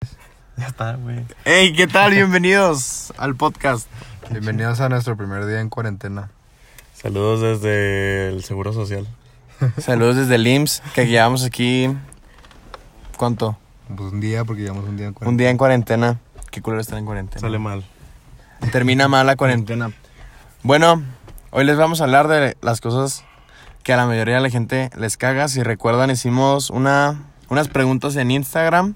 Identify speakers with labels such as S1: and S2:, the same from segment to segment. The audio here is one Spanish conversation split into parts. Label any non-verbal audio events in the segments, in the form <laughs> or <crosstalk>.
S1: <laughs> Ya está, güey.
S2: Hey, ¿qué tal? Bienvenidos al podcast.
S3: Bienvenidos a nuestro primer día en cuarentena.
S1: Saludos desde el Seguro Social.
S2: Saludos desde el IMSS, que llevamos aquí. ¿Cuánto?
S3: Pues un día, porque llevamos un día en
S2: Un
S3: cuarentena.
S2: día en cuarentena. Qué culo estar en cuarentena.
S1: Sale mal.
S2: Termina mal la cuarentena. Bueno, hoy les vamos a hablar de las cosas que a la mayoría de la gente les caga. Si recuerdan, hicimos una, unas preguntas en Instagram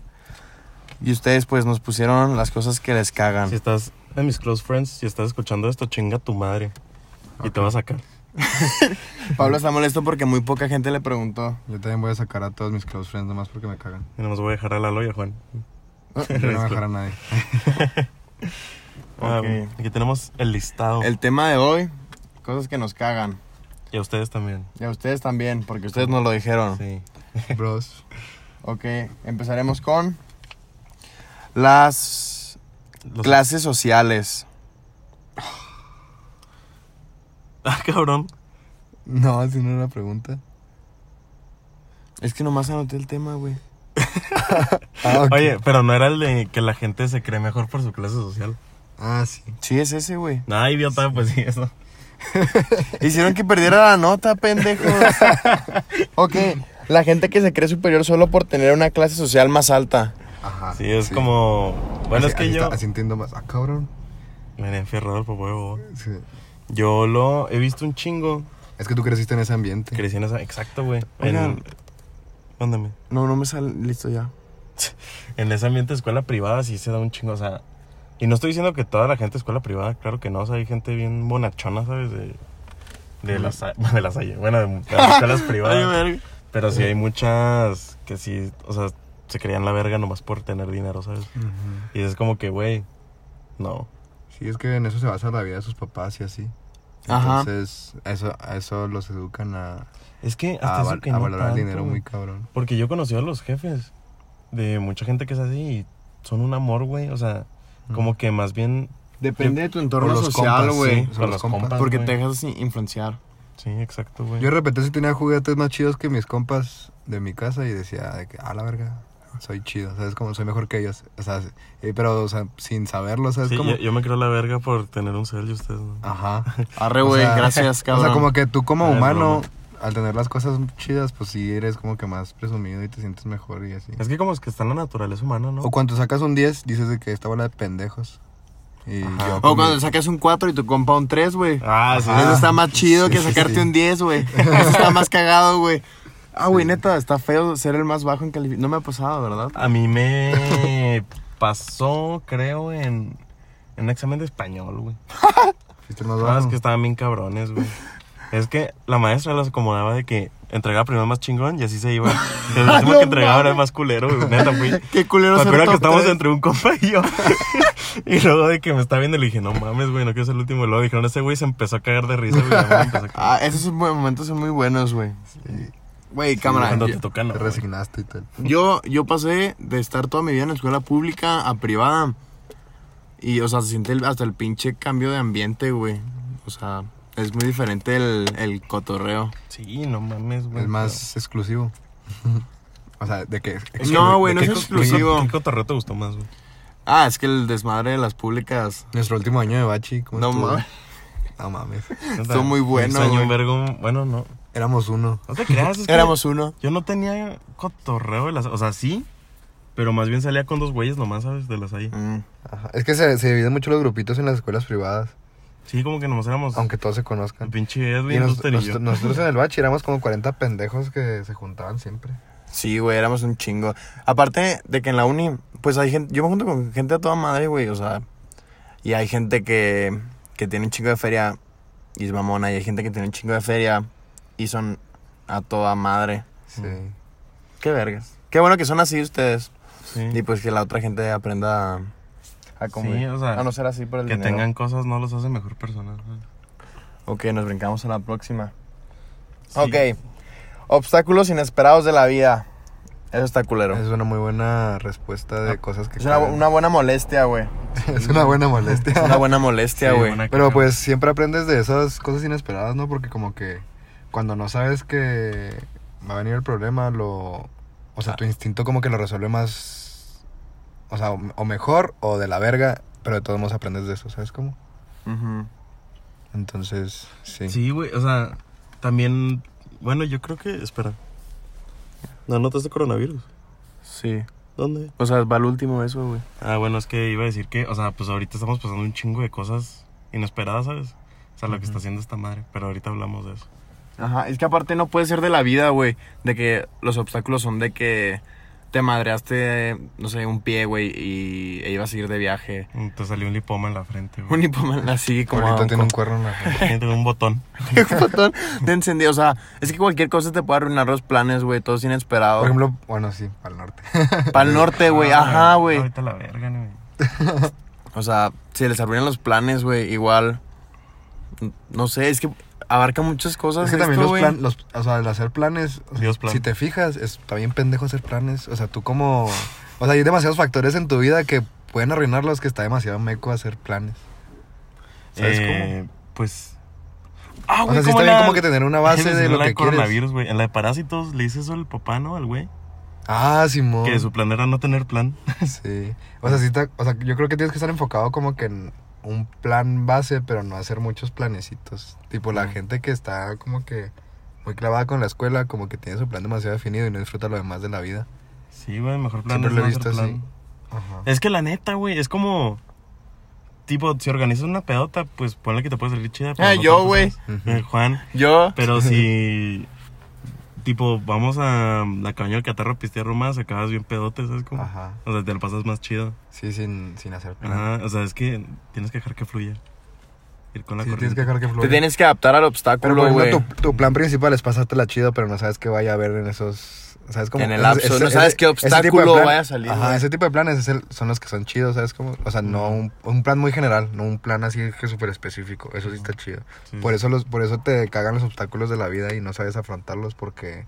S2: y ustedes pues nos pusieron las cosas que les cagan.
S1: Si estás en mis close friends, si estás escuchando esto, chinga tu madre. Y te va a sacar.
S2: Pablo está molesto porque muy poca gente le preguntó.
S3: Yo también voy a sacar a todos mis close friends nomás porque me cagan.
S1: Y nomás voy a dejar a Lalo y a <laughs> Juan.
S3: Yo no voy a dejar a nadie.
S1: Ah,
S2: Ok.
S1: aquí tenemos el listado.
S2: El tema de hoy, cosas que nos cagan.
S1: Y a ustedes también.
S2: Y a ustedes también, porque ustedes nos lo dijeron.
S1: Sí.
S3: Bros.
S2: Ok, empezaremos con las
S1: Los-
S2: clases sociales.
S1: <laughs> Ah, cabrón.
S3: No, si no era una pregunta.
S2: Es que nomás anoté el tema, güey.
S3: Ah, ok.
S1: Oye, pero no era el de que la gente se cree mejor por su clase social.
S3: Ah, sí.
S2: Sí, es ese, güey.
S1: Nada, idiota, pues sí, eso.
S2: Hicieron que perdiera la nota, pendejo. <laughs> ok, la gente que se cree superior solo por tener una clase social más alta.
S3: Ajá.
S1: Sí, es como. Bueno,
S3: Así-
S1: es que
S3: así
S1: yo.
S3: está- así entiendo más. Ah, cabrón.
S1: Me han enfierrado por huevo.
S3: Sí.
S1: Yo lo he visto un chingo.
S3: Es que tú creciste en ese ambiente.
S1: Crecí en esa. Exacto, güey.
S2: Oigan.
S1: En... Mándame.
S2: No, no me sale. Listo ya.
S1: En ese ambiente de escuela privada sí se da un chingo, o sea. Y no estoy diciendo que toda la gente de escuela privada, claro que no, o sea, hay gente bien bonachona, ¿sabes? De, de, la, sa- de la salle, <laughs> bueno, de,
S3: <laughs>
S1: de las escuelas privadas. pero sí hay muchas que sí, o sea, se creían la verga nomás por tener dinero, ¿sabes?
S3: Ujú.
S1: Y es como que, güey, no.
S3: Sí, es que en eso se basa la vida de sus papás y así.
S2: Ajá.
S3: Entonces, eso, a eso los educan a,
S1: Es que hasta
S3: a,
S1: eso
S3: Ah, val-
S1: que
S3: a
S1: no
S3: valorar el
S1: tanto,
S3: dinero
S1: güey.
S3: muy cabrón.
S1: Porque yo he conocido a los jefes de mucha gente que es así y son un amor, güey, o sea, como que más bien,
S2: Depende de tu entorno
S3: Por los
S2: social,
S3: compas,
S2: güey.
S3: sí.
S1: con
S3: son los
S1: los
S3: compas.
S1: compas,
S2: Porque
S1: güey.
S2: te dejas in- influenciar.
S1: Sí, exacto, güey.
S3: Yo de repente sí tenía juguetes más chidos que mis compas de mi casa y decía de que, ah, la verga, soy chido, ¿sabes? Como soy mejor que ellos. O sea, eh, pero, o sea, sin saberlo, ¿sabes?
S1: Sí,
S3: como...
S1: yo, yo me creo la verga por tener un cel y ustedes no.
S3: Ajá.
S2: Arre,
S3: O
S2: güey.
S3: sea,
S2: <laughs> Gracias, cabrón.
S3: <laughs> O sea, como que tú como
S1: Ah, es
S3: humano,
S1: broma.
S3: al tener las cosas chidas, pues sí eres como que más presumido y te sientes mejor y así.
S1: Es que como es que está en la naturaleza humana, ¿no?
S3: O cuando sacas un 10, dices de que esta bola de pendejos. Y
S1: Ajá.
S3: yo
S1: O
S2: O
S3: con
S2: cuando
S3: mi-
S2: sacas un 4 y tu compa un 3, güey.
S1: Ah, sí.
S3: Ah,
S2: Eso está más chido
S3: sí,
S2: que
S3: sí,
S2: sacarte
S3: sí.
S2: un 10, güey. Eso está más cagado, güey. Ah, güey, neta, está feo ser el más bajo en calificación. No me ha pasado, ¿verdad?
S1: A mí me pasó, creo, en, en un examen de español, güey.
S2: Ah,
S3: fuiste más
S1: Ah,
S3: bajo.
S1: es que estaban bien cabrones, güey. Es que la maestra los acomodaba de que entregaba primero el más chingón y así se
S2: <laughs>
S1: iba. Y El último
S2: Ah, No
S1: que entregaba era el
S2: mames.
S1: más culero, güey. Neta, fui.
S2: Qué culero
S1: Me
S2: ser
S1: acuerdo que
S2: top
S1: estábamos
S2: tres.
S1: entre un compa y yo. <laughs> y luego de que me estaba viendo le dije, no mames, güey, no quiero ser el último. Y luego dijeron, ese güey se empezó a cagar de risa, güey. ya me empezó a cagar.
S2: Ah, esos son buen- momentos son muy buenos, güey. Güey, cámara.
S1: Cuando
S2: yo-
S1: te tocan, no,
S3: Te
S1: güey.
S3: resignaste y tal.
S2: Yo, yo pasé de estar toda mi vida en la escuela pública a privada. Y, o sea, se siente el- hasta el pinche cambio de ambiente, güey. O sea, es muy diferente el, el cotorreo.
S1: Sí, no mames, güey.
S3: Es más exclusivo. <laughs> o sea, de que...
S2: No, güey,
S3: de
S2: no Ah,
S3: que
S2: es
S1: ¿Qué co-
S2: exclusivo.
S1: ¿Qué cotorreo te gustó más, güey?
S2: Ah, es que el desmadre de las públicas.
S3: Nuestro último año de bachi. ¿cómo
S2: No
S3: estuvo?
S2: mames.
S3: No mames.
S2: Estuvo muy bueno,
S1: Extraño
S2: güey.
S1: un vergo. Bueno, no.
S3: Éramos uno.
S1: No te creas. es que
S2: Éramos uno.
S1: Yo no tenía cotorreo de las. O sea, sí. Pero más bien salía con dos güeyes nomás, ¿sabes? De las ahí.
S2: Mm.
S3: Ajá. Es que se, se dividen mucho los grupitos en las escuelas privadas,
S1: Sí, como que nomás éramos.
S3: aunque todos se conozcan.
S1: el pinche
S3: Y
S1: Edwin,
S3: nos-
S1: Duster y
S3: nos-
S1: yo.
S3: nosotros en el bachi éramos como 40 pendejos que se juntaban siempre.
S2: Sí, güey, éramos un chingo. Aparte de que en la uni, pues hay gente, yo me junto con gente a toda madre, güey, o sea, y hay gente que, que tiene un chingo de feria y es mamona, y hay gente que tiene un chingo de feria y son a toda madre.
S3: Sí.
S2: Qué vergas. Qué bueno que son así ustedes.
S1: Sí.
S2: Y pues que la otra gente aprenda a, a convivir.
S1: Sí, o sea,
S2: a no ser así por el
S1: Que
S2: dinero.
S1: tengan cosas no los hace mejor personas. ¿sabes?
S2: Ok, nos brincamos a la próxima.
S1: Sí.
S2: Ok. Obstáculos inesperados de la vida. Eso está culero.
S3: Es una muy buena respuesta de cosas que...
S2: Ah, Es una,
S3: cagan.
S2: una buena molestia, güey.
S3: <laughs> es una buena molestia.
S2: Es una buena molestia,
S1: Sí,
S2: güey.
S1: buena
S3: Pero
S1: caca.
S3: pues siempre aprendes de esas cosas inesperadas, ¿no? Porque como que cuando no sabes que va a venir el problema, lo... O sea, tu instinto como que lo resuelve más... o sea, o, o mejor o de la verga, pero de todos modos aprendes de eso, ¿sabes cómo?
S2: Ujú.
S3: Entonces, sí.
S1: Sí, güey, o sea, también, bueno, yo creo que, espera. ¿No notas de coronavirus?
S2: Sí.
S1: ¿Dónde?
S2: O sea, va al último eso, güey.
S1: Ah, bueno, es que iba a decir que, o sea, pues ahorita estamos pasando un chingo de cosas inesperadas, ¿sabes? O sea, lo que está haciendo esta madre, pero ahorita hablamos de eso.
S2: Ajá, es que aparte no puede ser de la vida, güey. De que los obstáculos son de que te madreaste, no sé, un pie, güey, y e ibas a ir de viaje. <laughs>
S1: Mm, Te salió un lipoma en la frente,
S2: Un
S1: güey.
S2: hipomán así como.
S3: Ahorita
S2: a un
S3: tiene un cuerno en la frente.
S1: Gente, un botón.
S2: <laughs> co- botón de encendido. O sea, es que cualquier cosa te puede arruinar los planes, güey. Todo es inesperado.
S3: Por ejemplo, bueno, sí, para el norte.
S2: <laughs> Para el norte, güey. Ajá, güey.
S1: Ah, Ahorita la verga, güey.
S2: O sea, se les arruinan los planes, güey. Igual. No sé, es que abarca muchas cosas.
S3: Es que
S2: esto,
S3: también los
S2: güey.
S3: planes, o sea, el hacer planes, o sea,
S1: Dios plan.
S3: si te fijas, es también pendejo hacer planes. O sea, tú como, o sea, hay demasiados factores en tu vida que pueden arruinarlos que está demasiado meco hacer planes. ¿Sabes
S1: Eh, Pues. Ah,
S3: O sea, sí está bien como que tener una base de lo
S1: la
S3: que quieres.
S1: coronavirus, güey. En la de Parásitos le hice eso al papá, ¿no? Al güey.
S3: Ah, Simón.
S1: Que su plan era no tener plan.
S3: Sí. O sea, sí está- o sea, yo creo que tienes que estar enfocado como que en un plan base, pero no hacer muchos planecitos. Tipo
S1: Mm.
S3: la gente que está como que muy clavada con la escuela, como que tiene su plan demasiado definido y no disfruta lo demás de la vida.
S1: Sí, güey, mejor plan
S3: Siempre
S1: es
S3: lo he
S1: no
S3: visto
S1: hacer
S3: así.
S1: plan.
S3: Ajá.
S1: Es que la neta, güey, es como. Tipo, si organizas una pedota, pues ponle que te puede salir chida. pero
S2: Ah, yo,
S1: tanto,
S2: güey.
S1: ¿sabes?
S3: Ujú.
S1: Eh, Juan.
S2: Yo.
S1: Pero si. Tipo, vamos a la cabaña del catarro a pistear más, acabas bien pedote, ¿sabes cómo?
S3: Ajá.
S1: O sea, te lo pasas más chido.
S3: Sí, sin, sin hacer plan.
S1: Ajá, o sea, es que tienes que dejar que fluya. Ir con la
S3: Sí, tienes
S1: corriente.
S3: que dejar que
S2: Te
S3: fluya.
S2: tienes que adaptar al
S3: Pero por
S2: obstáculo,
S3: ejemplo,
S2: güey.
S3: tu, tu plan principal es pasártela chido, pero no sabes qué vaya a haber en esos... ¿Sabes cómo?
S2: En el
S3: Ese-
S2: lapso,
S3: ese-
S2: no sabes
S3: ese-
S2: qué
S3: ese tipo de
S2: obstáculo
S3: plan-
S2: vaya a salir,
S3: Ajá,
S2: güey.
S3: ese tipo de planes es el- son los que son chidos, ¿sabes cómo? O sea, no un, un plan muy general, no un plan así que súper específico. Eso sí está chido.
S1: Sí,
S3: Por
S1: sí.
S3: eso, los, por eso te cagan los obstáculos de la vida y no sabes afrontarlos porque...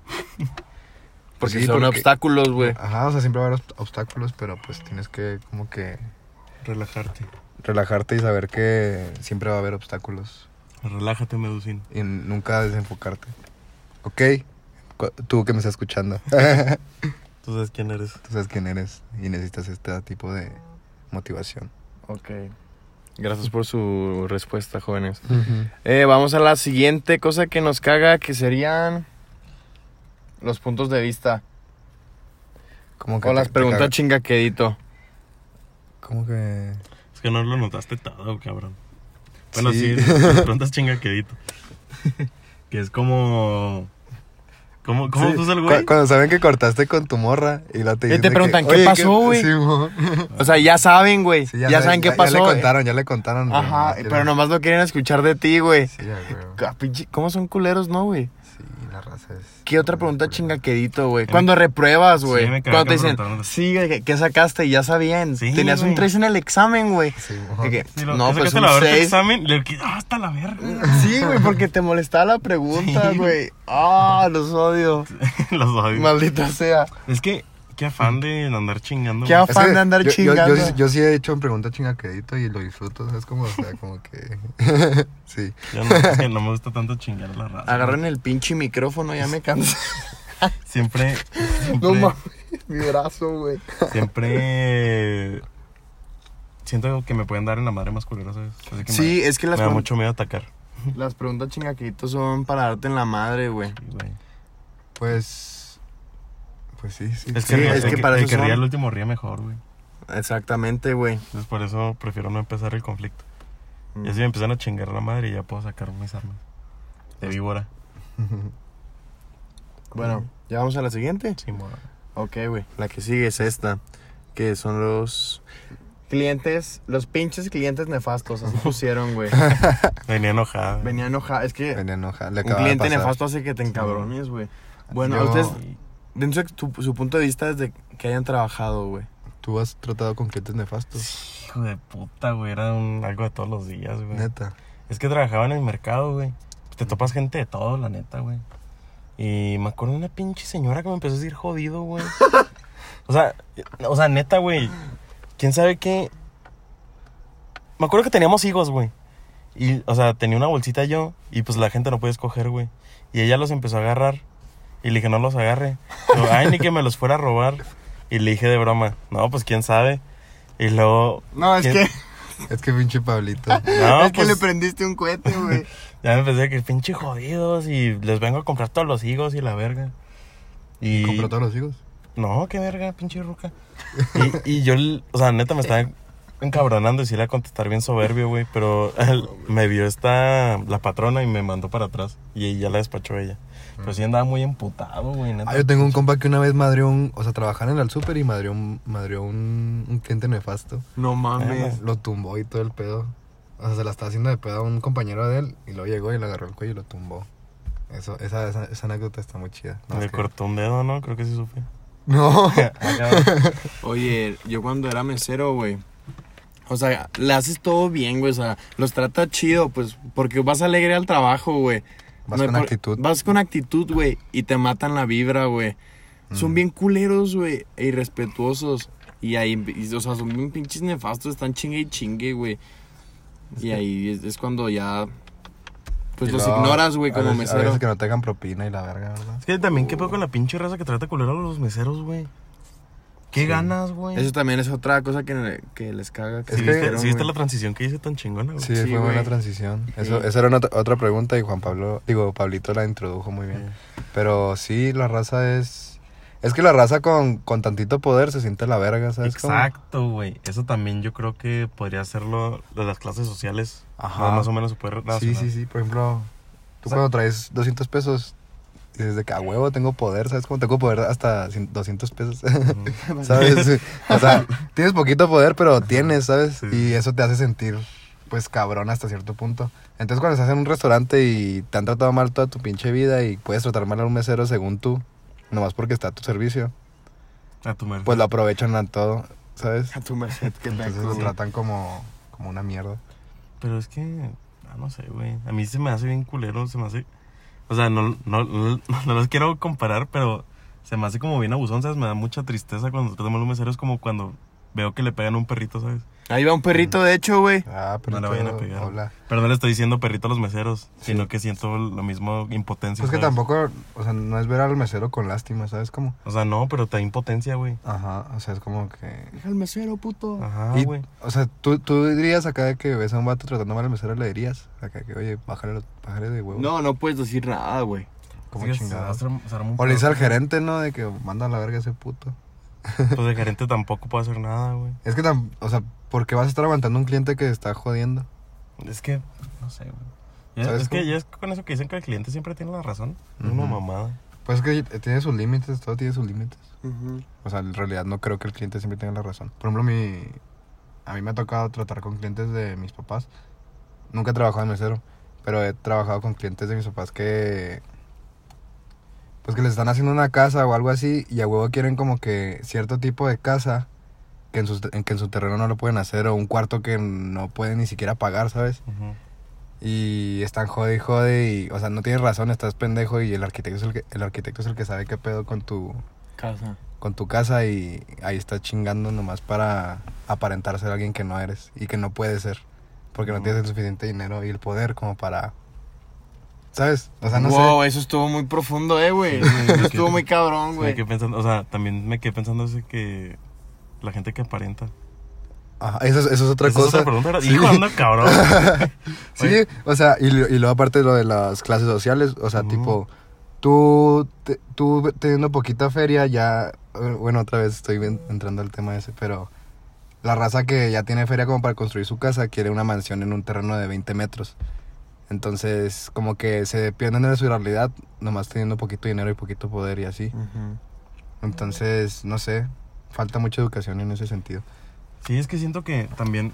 S2: Porque
S3: sí,
S2: son
S3: porque-
S2: obstáculos, güey.
S3: Ajá, o sea, siempre va a haber obst- obstáculos, pero pues tienes que como que
S1: Relajarte.
S3: relajarte y saber que siempre va a haber obstáculos.
S1: Relájate, Medusín.
S3: y nunca desenfocarte. Ok, cu- tú que me estás escuchando, <laughs>
S1: Tú sabes quién eres.
S3: tú sabes quién eres y necesitas este tipo de motivación.
S2: Ok. Gracias por su respuesta, jóvenes. Eh, vamos a la siguiente cosa que nos caga, que serían los puntos de vista.
S3: Como
S2: O las
S3: te- te
S2: preguntas
S3: caga-
S2: chingaquedito.
S3: Como que.
S1: Es que no lo notaste todo, cabrón. Bueno, sí,
S3: Sí.
S2: <laughs>
S1: las preguntas chingaquedito. que es como. ¿Cómo, cómo
S3: Sí,
S1: puso el
S3: cu-
S1: güey?
S3: Cuando saben que cortaste con tu morra y la te
S2: Y te
S3: dicen de que,
S2: preguntan, ¿qué
S3: "Oye,
S2: pasó, güey?" <laughs>
S3: Sí, mo.
S2: O sea, ya saben, güey.
S3: Sí,
S2: ya, saben qué
S3: ya-
S2: pasó. eh.
S3: Ya le contaron, ya le contaron. güey,
S2: Ajá,
S3: nomás que-
S2: pero nomás lo quieren escuchar de ti, güey.
S3: Sí, ya, güey.
S2: Ca- pinche- ¿Cómo son culeros, no, güey?
S3: Sí, la raza es.
S2: ¿Qué otra pregunta chingaquedito, güey? Cuando repruebas, güey.
S1: Sí, me caga
S2: Cuando
S1: que
S2: te
S1: me
S2: dicen,
S1: preguntaron.
S2: sí, güey, ¿qué- ¿qué sacaste? Y ya sabían.
S1: Sí,
S2: Tenías un
S1: güey.
S2: 3 en el examen, güey.
S3: Sí, mo.
S2: De que,
S1: Sí, lo-
S2: no,
S1: que
S2: pues
S1: sacaste
S2: un
S1: la hora del
S2: 6.
S1: examen, le quit- ah, hasta la verga. <laughs>
S2: Sí, güey, porque te molestaba la pregunta,
S1: Sí.
S2: güey. Ah, los odio.
S1: Los odio.
S2: Maldita sea.
S1: Es que, qué afán de andar chingando.
S2: Qué
S1: güey.
S2: af- afán de andar
S3: yo- yo- yo
S2: chingando.
S3: sí- Yo, sí he hecho preguntas chingaquedito y lo disfruto, ¿sabes? Como, o sea, como que. <laughs> sí.
S1: Yo no, es que no me gusta tanto chingar la raza.
S2: Agarren el pinche micrófono, ya me cansé.
S1: <laughs> Siempre. siempre
S2: <laughs> No mames, mi brazo, güey.
S1: Siempre. Siento que me pueden dar en la madre más culera, ¿sabes? Así que
S2: Sí,
S1: me,
S2: es que
S1: me
S2: las,
S1: da
S2: pregun-
S1: mucho miedo atacar.
S2: las preguntas chingaquitos son para darte en la madre, güey.
S1: Sí, güey.
S3: Pues. Pues sí, sí.
S1: Es
S2: Sí,
S1: que,
S2: es que para
S1: el
S2: eso
S1: que ría
S2: son-
S1: el último ría mejor, güey.
S2: Exactamente, güey.
S1: Entonces por eso prefiero no empezar el conflicto.
S2: Mm.
S1: Y así me empiezan a chingar la madre y ya puedo sacar mis armas. De víbora.
S3: <laughs>
S2: Bueno, ya vamos a la siguiente.
S1: Sí, mora.
S2: Ok, güey. La que sigue es esta, que son los clientes, los pinches clientes
S1: <laughs>
S2: nefastos, así pusieron, güey.
S1: Venía enojada.
S2: Venía enojado, es que
S3: Venía enojado,
S2: un
S3: le acababa de
S2: cliente
S3: pasar.
S2: nefasto hace que te encabrones, güey. Bueno,
S3: Yo-
S2: ustedes, den su, tu- su punto de vista desde que hayan trabajado, güey.
S3: Tú has tratado con clientes nefastos.
S1: Hijo de puta, güey. Era un- algo de todos los días, güey.
S3: Neta.
S1: Es que trabajaba en el mercado, güey. Pues te topas gente de todo, la neta, güey. Y me acuerdo de una pinche señora que me empezó a decir jodido, güey. o sea, o sea, neta, güey. ¿Quién sabe qué? Me acuerdo que teníamos higos, güey. Y, o sea, tenía una bolsita yo y pues la gente no podía escoger, güey. Y ella los empezó a agarrar. Y le dije, no los agarre. Pero, Ay, ni que me los fuera a robar. Y le dije de broma, no, pues quién sabe. Y luego.
S4: No, es
S1: ¿Qué?
S4: que.
S3: Es que pinche Pablito.
S1: No,
S4: <laughs>
S3: Ah,
S4: es que le
S1: pues-
S4: prendiste un cohete, güey.
S1: Ya me empecé que pinche jodidos y les vengo a comprar todos los higos y la verga. <laughs> Y.
S3: Compró todos los hijos.
S1: No, qué verga, pinche ruca. Y, y yo, o sea, neta me estaba encabronando y sí le iba a contestar bien soberbio, güey. Pero él- me vio esta, la patrona y me mandó para atrás. Y ahí ya la despachó ella. Pero sí andaba muy emputado, güey, neta.
S3: Ah, yo tengo un compa que una vez madrió un. O sea, trabajaban en el súper y madrió un, madrió un, un cliente nefasto.
S2: <laughs> No mames.
S3: Lo tumbó y todo el pedo. O sea, se la estaba haciendo de pedo a un compañero de él y luego llegó y le agarró el cuello y lo tumbó. Eso, esa, esa, esa anécdota está muy chida. No,
S1: Me
S3: es que-
S1: cortó un dedo, ¿no? Creo que sí supe.
S3: <laughs> No.
S1: <laughs> Ah, cabrón.
S2: Oye, yo cuando era mesero, güey. O sea, le haces todo bien, güey. O sea, los trata chido, pues, porque vas alegre al trabajo, güey.
S3: Vas
S2: hay
S3: con
S2: por-
S3: actitud.
S2: Vas con actitud, güey. Y te matan la vibra, güey.
S3: Mm.
S2: Son bien culeros, güey. E irrespetuosos. Y ahí, y, o sea, son bien pinches nefastos. Están chingue y chingue, güey. Y ahí es, es cuando ya. Pues
S3: Y
S2: los
S3: luego,
S2: ignoras, güey,
S3: a
S2: como
S3: veces- a
S2: mesero.
S3: veces que no te hagan propina y la verga, ¿verdad?
S1: es que también, ¿qué pedo con la pinche raza que trata culero a los meseros, güey? ¿Qué ganas, güey?
S2: Eso también es otra cosa que, que les caga. Que
S3: Es
S1: ¿Sí,
S2: se
S3: que-
S1: viste,
S2: hicieron,
S1: sí viste
S2: güey.
S1: la transición que hice tan chingona, güey?
S3: Sí,
S2: Sí,
S3: fue buena
S2: güey.
S3: transición. Eso,
S2: Sí.
S3: Esa era una, otra pregunta y Juan Pablo, digo, Pablito la introdujo muy bien. Pero sí, la raza es... Es que la raza con, con tantito poder se siente la verga, <laughs> ¿sabes? cómo?
S1: Exacto, güey. Eso también yo creo que podría hacerlo de las clases sociales.
S3: Ajá.
S1: Ajá. Más o menos se puede relacionar.
S3: Sí, sí, sí. Por ejemplo, tú
S1: O sea-
S3: cuando traes 200 pesos, dices de que a huevo tengo poder, ¿sabes? Como tengo poder hasta cien-
S1: <laughs>
S3: 200 pesos, ¿sabes? O sea, tienes poquito poder, pero tienes, ¿sabes?
S1: Sí.
S3: Y eso te hace sentir, pues, cabrón hasta cierto punto. Entonces, cuando estás en un restaurante y te han tratado mal toda tu pinche vida y puedes tratar mal a un mesero según tú, nomás porque está a tu servicio,
S1: A tu merced.
S3: pues lo aprovechan a todo,
S2: <laughs>
S3: ¿sabes?
S2: A tu merced, qué
S3: Entonces
S2: peco,
S3: lo
S2: güey.
S3: tratan como, como una mierda.
S1: Pero es que, ah, no sé, güey. A mí se me hace bien culero, se me hace... O sea, no, no, no, <laughs> no los quiero comparar, pero se me hace como bien abusón, ¿sabes? Me da mucha tristeza cuando tratamos los meseros como cuando veo que le pegan a un perrito, ¿sabes?
S2: Ahí va un perrito, de hecho, güey.
S3: Ah, pero
S1: No la
S3: todo-
S1: vayan a pegar.
S3: hola.
S1: Pero no le estoy diciendo perrito a los meseros, sino que siento lo mismo impotencia.
S3: Pues que
S1: ¿sabes?
S3: tampoco, o sea, no es ver al mesero con lástima, ¿sabes cómo?
S1: O sea, no, pero te da impotencia, güey.
S3: Ajá, o sea, es como que...
S2: Deja el mesero, puto.
S1: Ajá,
S3: Y,
S1: Ah, güey.
S3: o sea, ¿tú, tú dirías acá de que ves a un vato tratando mal al mesero, le dirías acá que, oye, bájale, los- bájale de huevo.
S2: No, no puedes decir nada, güey.
S3: como
S1: Sí, se-
S3: chingados.
S1: se arma- se arma un
S3: O le dice
S1: pedo.
S3: al gerente, ¿no? De que manda a la verga ese puto.
S1: Pues de gerente tampoco puedo hacer nada, güey.
S3: Es que, tam- o sea, ¿por qué vas a estar aguantando a un cliente que está jodiendo?
S1: Es que, no sé, güey. Ya-
S3: ¿Sabes
S1: Es que
S3: cómo?
S1: ya es con eso que dicen que el cliente siempre tiene la razón. Es
S3: Ujú.
S1: una mamada.
S3: Pues es que tiene sus límites, todo tiene sus límites. O sea, en realidad no creo que el cliente siempre tenga la razón. Por ejemplo, mi, a mí me ha tocado tratar con clientes de mis papás. Nunca he trabajado en mesero, pero he trabajado con clientes de mis papás que... Pues que les están haciendo una casa o algo así y a huevo quieren como que cierto tipo de casa que en, sus- en que en su terreno no lo pueden hacer o un cuarto que no pueden ni siquiera pagar, ¿sabes?
S1: Ujú.
S3: Y están jode y jode y, o sea, no tienes razón, estás pendejo y el arquitecto es el que, el arquitecto es el que sabe qué pedo con tu,
S2: Casa.
S3: con tu casa y ahí estás chingando nomás para aparentar ser alguien que no eres y que no puedes ser. Porque no
S1: Ujú.
S3: tienes el suficiente dinero y el poder como para... ¿Sabes? O sea, no
S2: wow, eso estuvo muy profundo, eh, güey. Eso estuvo muy cabrón,
S1: Me
S2: güey.
S1: quedé pensando, o sea, también me quedé pensando ese que la gente que aparenta.
S3: sé. Ajá, eso, es- eso es otra
S1: Esa
S3: cosa.
S1: Es otra pregunta, ¿verdad?
S3: Sí.
S1: Hijo, anda cabrón.
S3: <laughs> Sí,
S1: Oye.
S3: o sea, y, lo- y luego aparte de lo de las clases sociales, o sea,
S1: Ujú.
S3: tipo, tú, te- tú teniendo poquita feria ya, eh, bueno, otra vez estoy ven- entrando al tema ese, pero la raza que ya tiene feria como para construir su casa quiere una mansión en un terreno de 20 metros. Entonces, como que se pierden de su realidad, nomás teniendo poquito dinero y poquito poder y así.
S2: Ujú.
S3: Entonces, no sé, falta mucha educación en ese sentido.
S1: Sí, es que siento que también.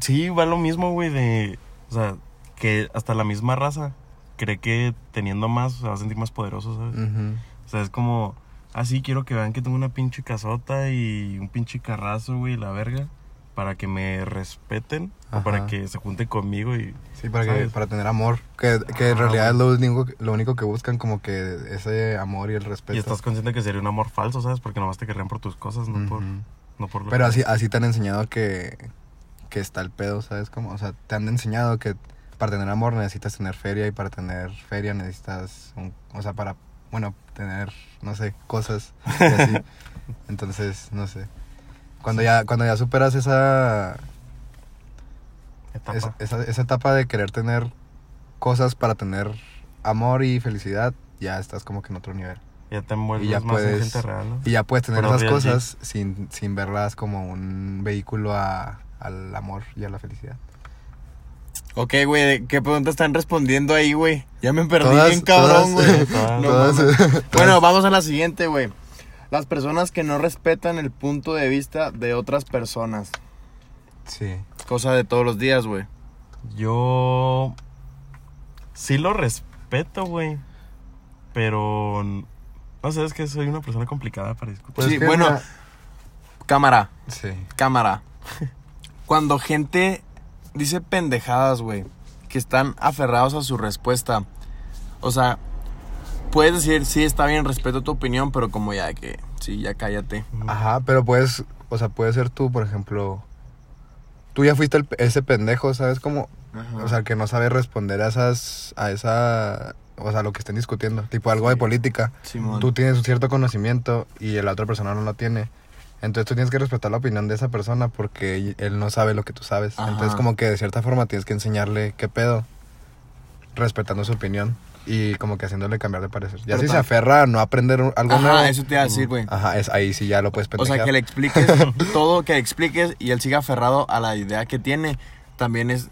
S1: Sí, va lo mismo, güey, de. O sea, que hasta la misma raza cree que teniendo más se va a sentir más poderoso, ¿sabes?
S3: Ujú.
S1: O sea, es como, ah, sí, quiero que vean que tengo una pinche casota y un pinche carrazo, güey, la verga, para que me respeten o para
S3: Ajá.
S1: que se junten conmigo y...
S3: Sí, para, que,
S1: ¿Sabes?
S3: para tener amor. Que, que en
S1: Ah,
S3: realidad es lo único, lo único que buscan, como que ese amor y el respeto.
S1: y estás consciente que sería un amor falso, ¿sabes? Porque nomás te querrían por tus cosas, no,
S3: Ujú.
S1: por, no por lo
S3: Pero
S1: que-
S3: así, así te han enseñado que, que está el pedo, ¿sabes? Como, o sea, te han enseñado que para tener amor necesitas tener feria y para tener feria necesitas, un- o sea, para,
S1: <laughs>
S3: bueno, tener, no sé, cosas y así. Entonces, no sé. Cuando ya, cuando ya superas esa,
S1: Etapa.
S3: es- esa, esa etapa de querer tener cosas para tener amor y felicidad, ya estás como que en otro nivel.
S1: ya te envuelves
S3: y ya
S1: más en
S3: puedes-
S1: gente real, ¿no?
S3: Y ya puedes tener
S1: Puro
S3: esas
S1: real
S3: cosas sin, sin verlas como un vehículo a- al amor y a la felicidad.
S2: Ok, güey, ¿de ¿qué preguntas están respondiendo ahí, güey? Ya me perdí
S3: Todas-
S2: bien cabrón,
S3: todas- eh, <laughs>
S2: güey.
S1: todas-
S2: No
S3: todas-
S2: mames.
S3: todas-
S2: bueno, vamos a la siguiente, güey. Las personas que no respetan el punto de vista de otras personas.
S3: Sí.
S2: Cosa de todos los días, güey.
S1: Yo sí lo respeto, güey. Pero no sé, es que soy una persona complicada para discutir.
S3: Pues
S2: Sí,
S3: es que
S2: bueno.
S3: mira-
S2: Cámara,
S3: Sí.
S2: cámara. <laughs> Cuando gente dice pendejadas, güey, que están aferrados a su respuesta. O sea, puedes decir, sí, está bien, respeto tu opinión, pero como ya de que, sí, ya cállate.
S3: Pues, Ajá, pero puedes, o sea, puede ser tú, por ejemplo, tú ya fuiste el pe- ese pendejo, ¿sabes? Como, o sea, que no sabe responder a esas, a esa, o sea, lo que estén discutiendo, tipo algo de política.
S2: Simón.
S3: Tú tienes un cierto conocimiento y la otra persona no lo tiene. Entonces tú tienes que respetar la opinión de esa persona porque y- él no sabe lo que tú sabes.
S2: Ajá.
S3: Entonces como que de cierta forma tienes que enseñarle qué pedo, respetando su opinión y como que haciéndole cambiar de parecer. Ya
S2: Pero
S3: si se
S2: tam-
S3: aferra a no aprender un- algo nuevo, Ah,
S2: Ajá, eso te iba a decir, güey.
S3: ajá, es, ahí sí ya lo puedes
S2: O
S3: pendejear.
S2: sea, que le expliques <laughs> todo, que le expliques y él siga aferrado a la idea que tiene. También es.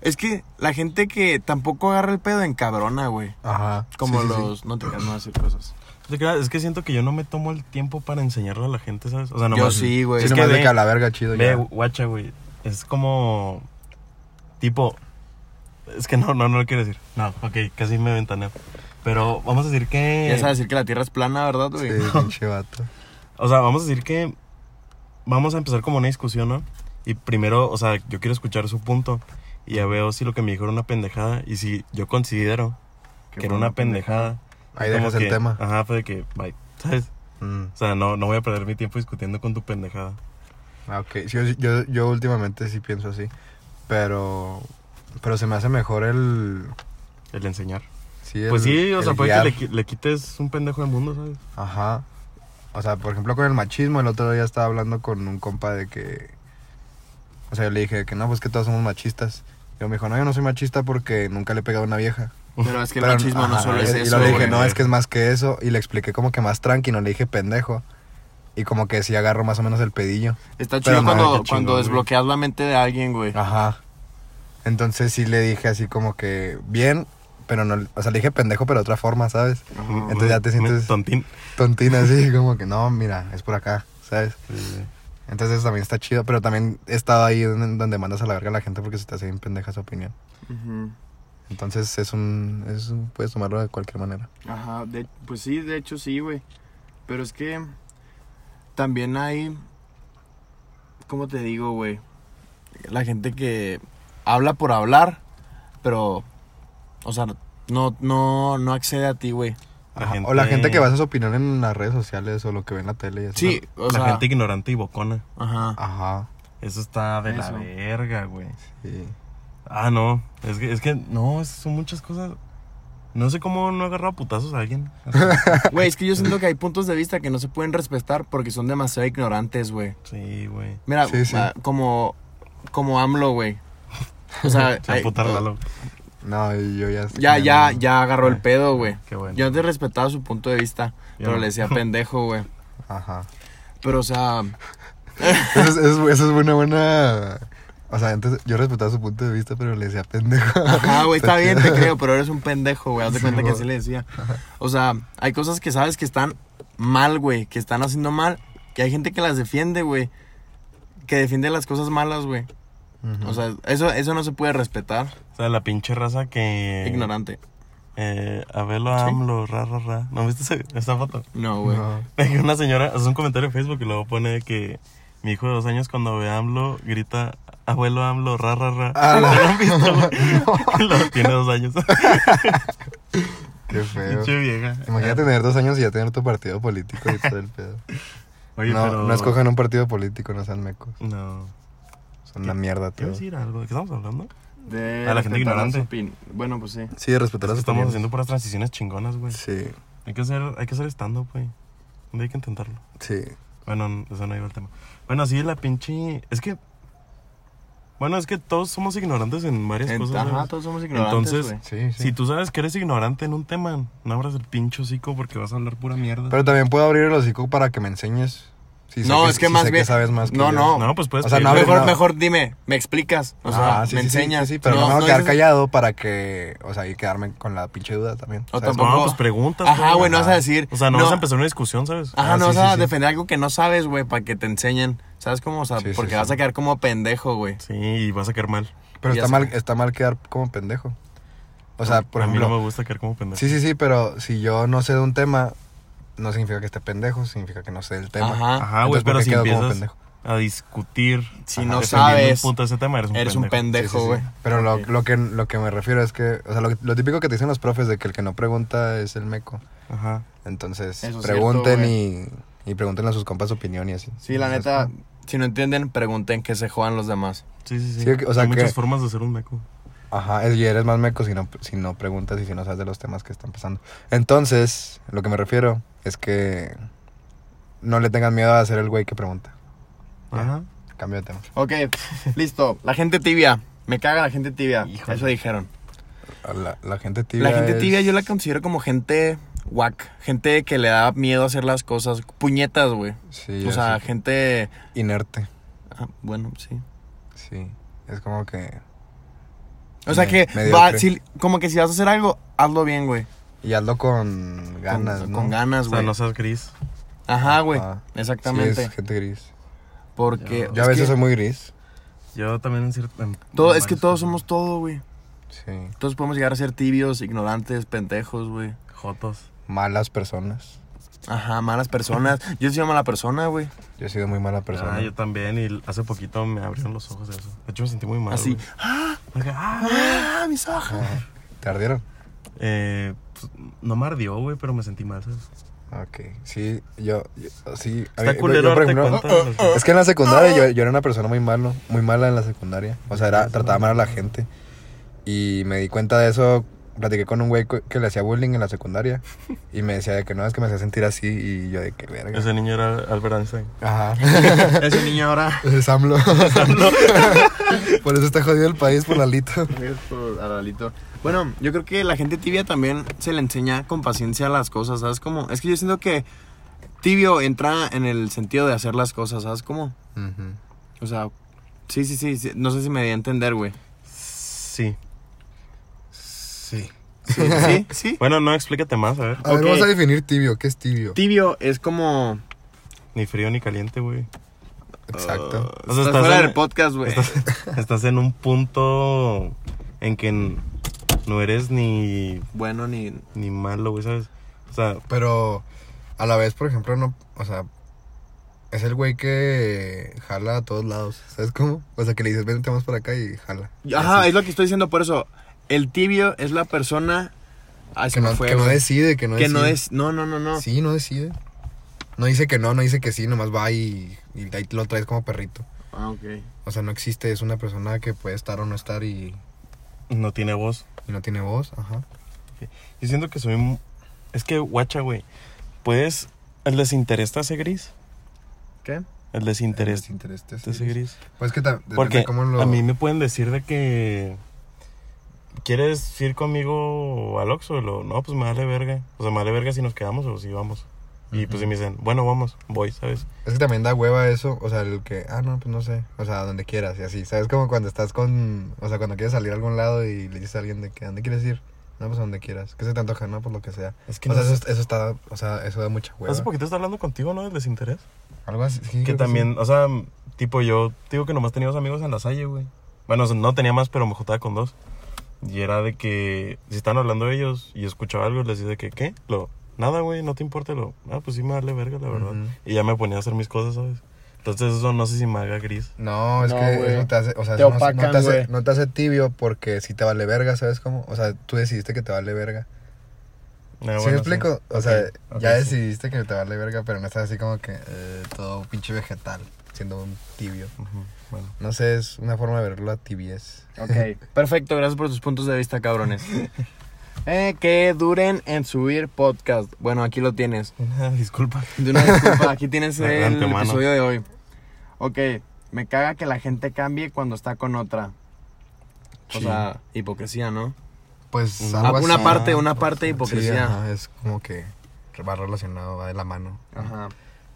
S2: Es que la gente que tampoco agarra el pedo en cabrona, güey.
S3: Ajá.
S2: Como
S3: Sí, sí, sí.
S2: los. No te no voy a decir cosas.
S1: Te creas, Es que siento que yo no me tomo el tiempo para enseñarle a la gente, ¿sabes? O sea,
S2: Yo
S1: nomás,
S2: sí, güey.
S3: Sí,
S1: Es
S3: nomás
S1: que
S3: de
S1: ve-
S3: que a la verga chido
S1: Ve,
S3: ya.
S1: guacha, güey. Es como. Tipo. Es que no, no, no lo quiero decir. No, ok, casi me ventaneo. Pero vamos a decir que.
S2: Ya sabes decir que la tierra es plana, ¿verdad,
S3: Sí,
S2: güey?
S3: pinche vato.
S1: O sea, vamos a decir que vamos a empezar como una discusión, ¿no? Y primero, o sea, yo quiero escuchar su punto y ya veo si lo que me dijo era una pendejada y si yo considero que era una pendejada.
S3: Ahí
S1: es como
S3: dejas el
S1: que- ah,
S3: tema.
S1: Ajá, fue de que, bye, ¿sabes?
S3: Mm.
S1: O sea, no, no voy a perder mi tiempo discutiendo con tu pendejada.
S3: Ah, ok. Sí, yo, yo, yo últimamente sí pienso así. Pero. Pero se me hace mejor el.
S1: El enseñar.
S3: Sí, el-
S1: pues sí, o
S3: el
S1: sea, puede
S3: guiar.
S1: que le, qui- le quites un pendejo del mundo, ¿sabes?
S3: Ajá. O sea, por ejemplo, con el machismo, el otro día estaba hablando con un compa de que. O sea, yo le dije que no, pues que todos somos machistas. Y me dijo, no, yo no soy machista porque nunca le he pegado a una vieja.
S2: Pero es que el
S3: Pero-
S2: machismo no
S3: ajá,
S2: solo
S3: y-
S2: es
S3: y
S2: eso,
S3: le dije,
S2: güey.
S3: no, es que es más que eso. Y le expliqué como que más tranqui, no le dije pendejo. Y como que sí agarro más o menos el pedillo.
S2: Está
S3: Pero
S2: chido
S3: no,
S2: cuando,
S1: qué chingón,
S2: cuando
S1: güey.
S2: desbloqueas la mente de alguien, güey.
S3: Ajá. Entonces sí le dije así como que bien, pero no, o sea, le dije pendejo, pero de otra forma, ¿sabes? Entonces ya te
S1: Me-
S3: sientes-
S1: Tontín.
S3: Tontina así, <laughs> como que no, mira, es por acá, ¿sabes?
S1: Sí, sí.
S3: Entonces eso también está chido, pero también he estado ahí en- donde mandas a la verga a la gente porque se te hace bien pendeja su opinión.
S2: Ujú.
S3: Entonces es un, es un- puedes tomarlo de cualquier manera.
S2: Ajá, de- pues sí, de hecho sí, güey. Pero es que también hay, ¿cómo te digo, güey? La gente que habla por hablar, pero, o sea, no, no, no accede a ti, güey.
S1: La
S3: Ajá.
S1: gente-
S3: O la gente que basa su opinión en las redes sociales o lo que ve en la tele. y eso.
S2: Sí, o
S1: la
S2: sea,
S1: gente ignorante y bocona.
S2: ajá.
S3: Ajá,
S1: Eso está de la
S2: Eso.
S1: verga, güey.
S3: sí.
S1: Ah, no. Es que, es que, no, es- son muchas cosas. No sé cómo no he agarrado a putazos a
S2: <laughs>
S1: alguien.
S2: Güey, es que yo siento que hay puntos de vista que no se pueden respetar porque son demasiado ignorantes, güey.
S1: Sí, güey.
S2: Mira,
S3: Sí, sí.
S2: ah, como, como AMLO, güey.
S1: <laughs>
S2: O sea,
S1: Se va a
S2: hay-
S1: putar Lalo.
S3: No, y yo ya...
S2: ya, ya, ya agarró el pedo, güey.
S1: Qué bueno.
S2: Yo antes respetaba su punto de vista,
S1: Yo
S2: pero
S1: no. <laughs>
S2: le decía pendejo, güey.
S3: Ajá.
S2: Pero, o sea,
S3: Eso es, eso es- eso es una buena. O sea, antes yo respetaba su punto de vista, pero le decía pendejo.
S2: ajá, güey, está bien, te
S3: chido.
S2: creo, pero eres un pendejo, güey. Haz de
S3: Sí,
S2: cuenta que
S3: güey.
S2: así le decía. O sea, hay cosas que sabes que están mal, güey, que están haciendo mal, que hay gente que las defiende, güey. Que defiende las cosas malas, güey.
S3: Ujú.
S2: O sea, eso, eso no se puede respetar.
S1: O sea, la pinche raza que.
S2: Ignorante.
S1: Eh, Abelo AMLO, ra, ra, ra. ¿No viste ese- esa foto? <laughs>
S2: No, güey.
S3: No.
S1: Que Una señora hace un comentario en Facebook y luego pone que mi hijo de dos años cuando ve a AMLO grita abuelo AMLO, ra, ra, ra. <laughs>
S3: Ah,
S2: <laughs>
S3: la-
S1: ¿No lo han
S3: <laughs>
S1: visto, güey? Lo tiene dos años.
S3: Qué feo.
S1: Pinche vieja. Ah,
S3: Imagínate tener dos años y ya tener tu partido político y todo
S2: <laughs>
S3: el pedo.
S1: Oye,
S3: no,
S1: pero-
S3: no escojan un partido político, no sean mecos.
S1: No.
S3: Son una mierda,
S1: Quiero
S3: todo.
S1: decir algo. ¿De qué estamos hablando?
S2: De
S3: Ah,
S1: A la gente
S2: respetar las
S1: ignorante.
S2: opin- Bueno, pues sí.
S3: Sí, respetar
S1: Es
S3: las
S1: que estamos haciendo
S3: opiniones.
S1: puras transiciones chingonas, güey. Hay que hacer, hay que hacer stand-up, güey. Un día Hay que intentarlo.
S3: Sí, sí.
S1: Bueno, n- eso no iba al tema. Bueno, sí, la pinche. Es que. Bueno, es que todos somos ignorantes en varias
S2: En-
S1: cosas.
S2: Ajá,
S1: ¿sabes?
S2: todos somos ignorantes,
S1: Entonces,
S2: güey.
S3: Sí, sí.
S1: Si tú sabes que eres ignorante en un tema, no abras el pinche hocico porque vas a hablar pura mierda.
S3: Pero también puedo abrir el hocico para que me enseñes. Si sé
S2: No, es que
S3: si
S2: más
S3: sé
S2: bien-
S3: sabes más que
S2: no,
S3: yo.
S2: no.
S1: no, pues puedes.
S3: O sea,
S1: pedir-
S3: no abres
S2: mejor,
S3: nada.
S2: mejor dime, me explicas. O sea,
S3: Ah, sí,
S2: me
S3: sí, sí,
S2: enseñas.
S3: Sí, sí, pero no, me voy a quedar
S2: dices-
S3: callado para que, o sea, y quedarme con la pinche duda también.
S2: O
S3: ¿sabes?
S2: tampoco.
S1: No, pues preguntas,
S2: Ajá,
S1: pues.
S2: güey, no vas a
S3: Ajá.
S2: decir.
S1: O sea, no, vas a empezar una discusión, ¿sabes?
S2: Ajá,
S3: Ah,
S2: no
S3: sí,
S2: vas
S3: sí,
S2: a
S3: sí.
S2: defender algo que no sabes, güey, para que te enseñen. ¿Sabes cómo? O sea,
S3: Sí, sí,
S2: porque
S3: sí.
S2: vas a quedar como pendejo, güey.
S1: Sí, y vas a quedar mal.
S3: Pero
S2: Ya
S3: está
S2: sé.
S3: mal, está mal quedar como pendejo. O sea, por
S1: a
S3: ejemplo.
S1: mí no me gusta quedar como pendejo.
S3: Sí, sí, sí, pero si yo no sé de un tema, no significa que esté pendejo, significa que no sé del tema.
S2: Ajá.
S1: Ajá, Ah, güey,
S3: Entonces, ¿por
S1: pero
S3: qué
S1: si
S3: quedo como
S1: empiezas
S3: pendejo?
S1: a discutir.
S2: Si
S1: ajá,
S2: no
S1: defendiendo
S2: sabes,
S1: Un punto de ese tema, eres un
S2: Eres un
S1: pendejo.
S3: Sí, sí, sí.
S2: pendejo, güey.
S3: Pero lo,
S2: Ok.
S3: lo que, lo que me refiero es que, o sea, lo, lo típico que te dicen los profes de que el que no pregunta es el meco.
S1: Ajá.
S3: Entonces,
S2: Eso es
S3: pregunten
S2: cierto,
S3: y, y pregunten a sus compas su opinión y así.
S2: Sí, la
S3: Entonces,
S2: neta, si no entienden, pregunten que se juegan los demás.
S1: Sí, sí, sí.
S3: Sí, o sea,
S1: Hay muchas
S3: que-
S1: formas de ser un meco.
S3: Ajá, es- y eres más meco si no, si no preguntas y si no sabes de los temas que están pasando. Entonces, lo que me refiero es que no le tengas miedo a ser el güey que pregunta.
S1: Ajá.
S3: Cambio de tema. <laughs>
S2: Ok, listo. La gente tibia. Me caga la gente tibia.
S1: Híjole.
S2: Eso dijeron.
S3: La, la gente tibia
S2: la gente
S3: es-
S2: tibia yo la considero como gente guac. Gente que le da miedo hacer las cosas. Puñetas, güey.
S3: Sí,
S2: o
S3: es
S2: sea, gente...
S3: inerte.
S2: ah, bueno, sí.
S3: Sí, es como que...
S2: O sea
S3: Me-
S2: que,
S3: mediocre.
S2: va, si- como que si vas a hacer algo, hazlo bien, güey.
S3: Y hazlo con ganas,
S2: con,
S3: ¿no?
S2: con
S1: O
S2: ganas,
S1: sea,
S2: pues, güey.
S1: no seas gris.
S2: Ajá, güey.
S3: Ajá. Sí,
S2: Exactamente.
S3: es gente gris.
S2: Porque...
S3: Yo a
S2: es
S3: veces
S2: que
S3: soy muy gris.
S1: Yo también en cierto. en-
S2: todo-
S1: en
S2: es que
S1: varias
S2: todos
S1: cosas.
S2: somos todo, güey.
S3: Sí.
S2: Todos podemos llegar a ser tibios, ignorantes, pendejos, güey.
S1: Jotos.
S3: Malas personas.
S2: Ajá, malas personas. Yo soy una mala persona, güey.
S3: Yo he sido muy mala persona.
S1: Ah, yo también. Y hace poquito me abrieron los ojos de eso. De hecho, me sentí muy mal.
S2: Así.
S1: güey. Acá, ah.
S2: ¡Ah, mis ojos!
S3: Ajá. ¿Te ardieron?
S1: Eh, pues, no me ardió, güey, pero me sentí mal, ¿sabes?
S3: Ok. Sí, yo... yo- sí. a
S1: Está
S3: mí-
S1: culero
S3: yo, por
S1: darte
S3: ejemplo,
S1: cuenta de los-
S3: Es que en la secundaria yo, yo era una persona muy malo, muy mala en la secundaria. O sea, era, trataba mal a la gente. Y me di cuenta de eso. Platiqué con un güey co- que le hacía bullying en la secundaria. Y me decía de que no, es que me hacía sentir así. Y yo de que verga.
S1: Ese niño era Albert Einstein.
S3: Ajá.
S2: Ese niño ahora...
S3: <laughs> Es AMLO. <laughs> por eso está jodido el país, por Lalito.
S2: Bueno, yo creo que la gente tibia también se le enseña con paciencia las cosas, ¿sabes cómo? Es que yo siento que tibio entra en el sentido de hacer las cosas, ¿sabes cómo?
S3: Ujú.
S2: O sea, sí, sí, sí, sí, no sé si me di a entender, güey.
S1: Sí.
S3: Sí.
S2: Sí, sí, sí.
S1: Bueno, no, explícate más, a ver.
S3: A ver,
S2: Ok.
S3: vamos a definir tibio. ¿Qué es tibio?
S2: Tibio es como...
S1: Ni frío ni caliente, güey.
S3: Exacto.
S1: O sea,
S2: uh, estás
S1: estás
S2: fuera
S1: en-
S2: del podcast, güey.
S1: Estás <laughs> en un punto en que n- no eres ni,
S2: Bueno, ni...
S1: ni malo, güey, ¿sabes? O sea,
S3: Pero a la vez, por ejemplo, no. O sea, es el güey que jala a todos lados. ¿Sabes cómo? O sea, que le dices, vente más para acá y jala.
S2: Ajá,
S3: Así.
S2: es lo que estoy diciendo por eso. El tibio es la persona... Ay, se
S3: que
S2: me
S3: no,
S2: fue,
S3: que no
S2: güey.
S3: decide, que no
S2: Que no
S3: decide.
S2: es... No, no, no, no.
S3: Sí, no decide. No dice que no, no dice que sí, nomás va y, y ahí lo traes como perrito.
S2: Ah, ok.
S3: O sea, no existe, es una persona que puede estar o no estar y,
S1: no tiene voz.
S3: y no tiene voz. Ajá.
S1: Yo siento que soy... mu- Es que, guacha, güey, puedes... El desinterés te hace gris.
S2: ¿Qué?
S1: El desinterés te
S3: Desinterés, te
S1: hace gris.
S3: Pues que también.
S1: Porque
S3: cómo lo...
S1: a mí me pueden decir de que... ¿Quieres ir conmigo al Oxxo? Y lo- No, pues me vale verga. O sea, me vale verga si nos quedamos o si vamos. Y pues si me dicen, bueno, vamos, voy, ¿sabes?
S3: Es que también da hueva eso, o sea, el que, ah, no, pues no sé, o sea, donde quieras y así, ¿sabes? Como cuando estás con, o sea, cuando quieres salir a algún lado y le dices a alguien de que, ¿a dónde quieres ir? No, pues a donde quieras, que se te antoja, no, pues lo que sea.
S1: Es que
S3: o
S1: no
S3: sea, eso, eso está, o sea, eso da mucha hueva.
S1: Hace poquito estaba hablando contigo, ¿no? Del desinterés.
S3: Algo así, sí,
S1: Que
S3: creo
S1: también, o sea, tipo yo, digo que nomás tenía dos amigos en la salle, güey. Bueno, o sea, no tenía más, pero me juntaba con dos. Y era de que, si estaban hablando ellos y yo escuchaba algo, les decía de que, ¿qué? Lo, nada, güey, no te importa. Lo, ah, pues sí me vale verga, la verdad.
S3: Ujú.
S1: Y ya me ponía a hacer mis cosas, ¿sabes? Entonces eso no sé si me haga gris.
S3: No, es
S2: No,
S3: que
S2: güey.
S3: eso te hace, o sea,
S2: Te
S3: eso no- no,
S2: opacan,
S3: te hace,
S2: güey.
S3: no te hace tibio porque si te vale verga, ¿sabes cómo? O sea, tú decidiste que te vale verga.
S1: Ah,
S3: ¿Sí
S1: bueno,
S3: me explico? O sea,
S1: Ok, ok,
S3: ya
S1: sí.
S3: decidiste que te vale verga, pero no estás así como que eh, todo pinche vegetal, siendo un tibio.
S1: Ujú, bueno.
S3: No sé, es una forma de verlo a tibies.
S2: Ok, perfecto, gracias por tus puntos de vista, cabrones. eh, que duren en subir podcast. Bueno, aquí lo tienes.
S1: Una <laughs> disculpa.
S2: De una disculpa, aquí
S3: <laughs>
S2: tienes
S1: De
S2: el
S1: antemano.
S2: episodio de hoy. Ok, me caga que la gente cambie cuando está con otra. O
S1: Sí.
S2: sea, hipocresía, ¿no? Ah,
S3: Pues
S1: Una-
S3: algo
S2: una
S3: así.
S2: parte, una parte de
S3: Sí,
S2: hipocresía.
S3: ajá, es como que va relacionado, va de la mano.
S2: Ajá.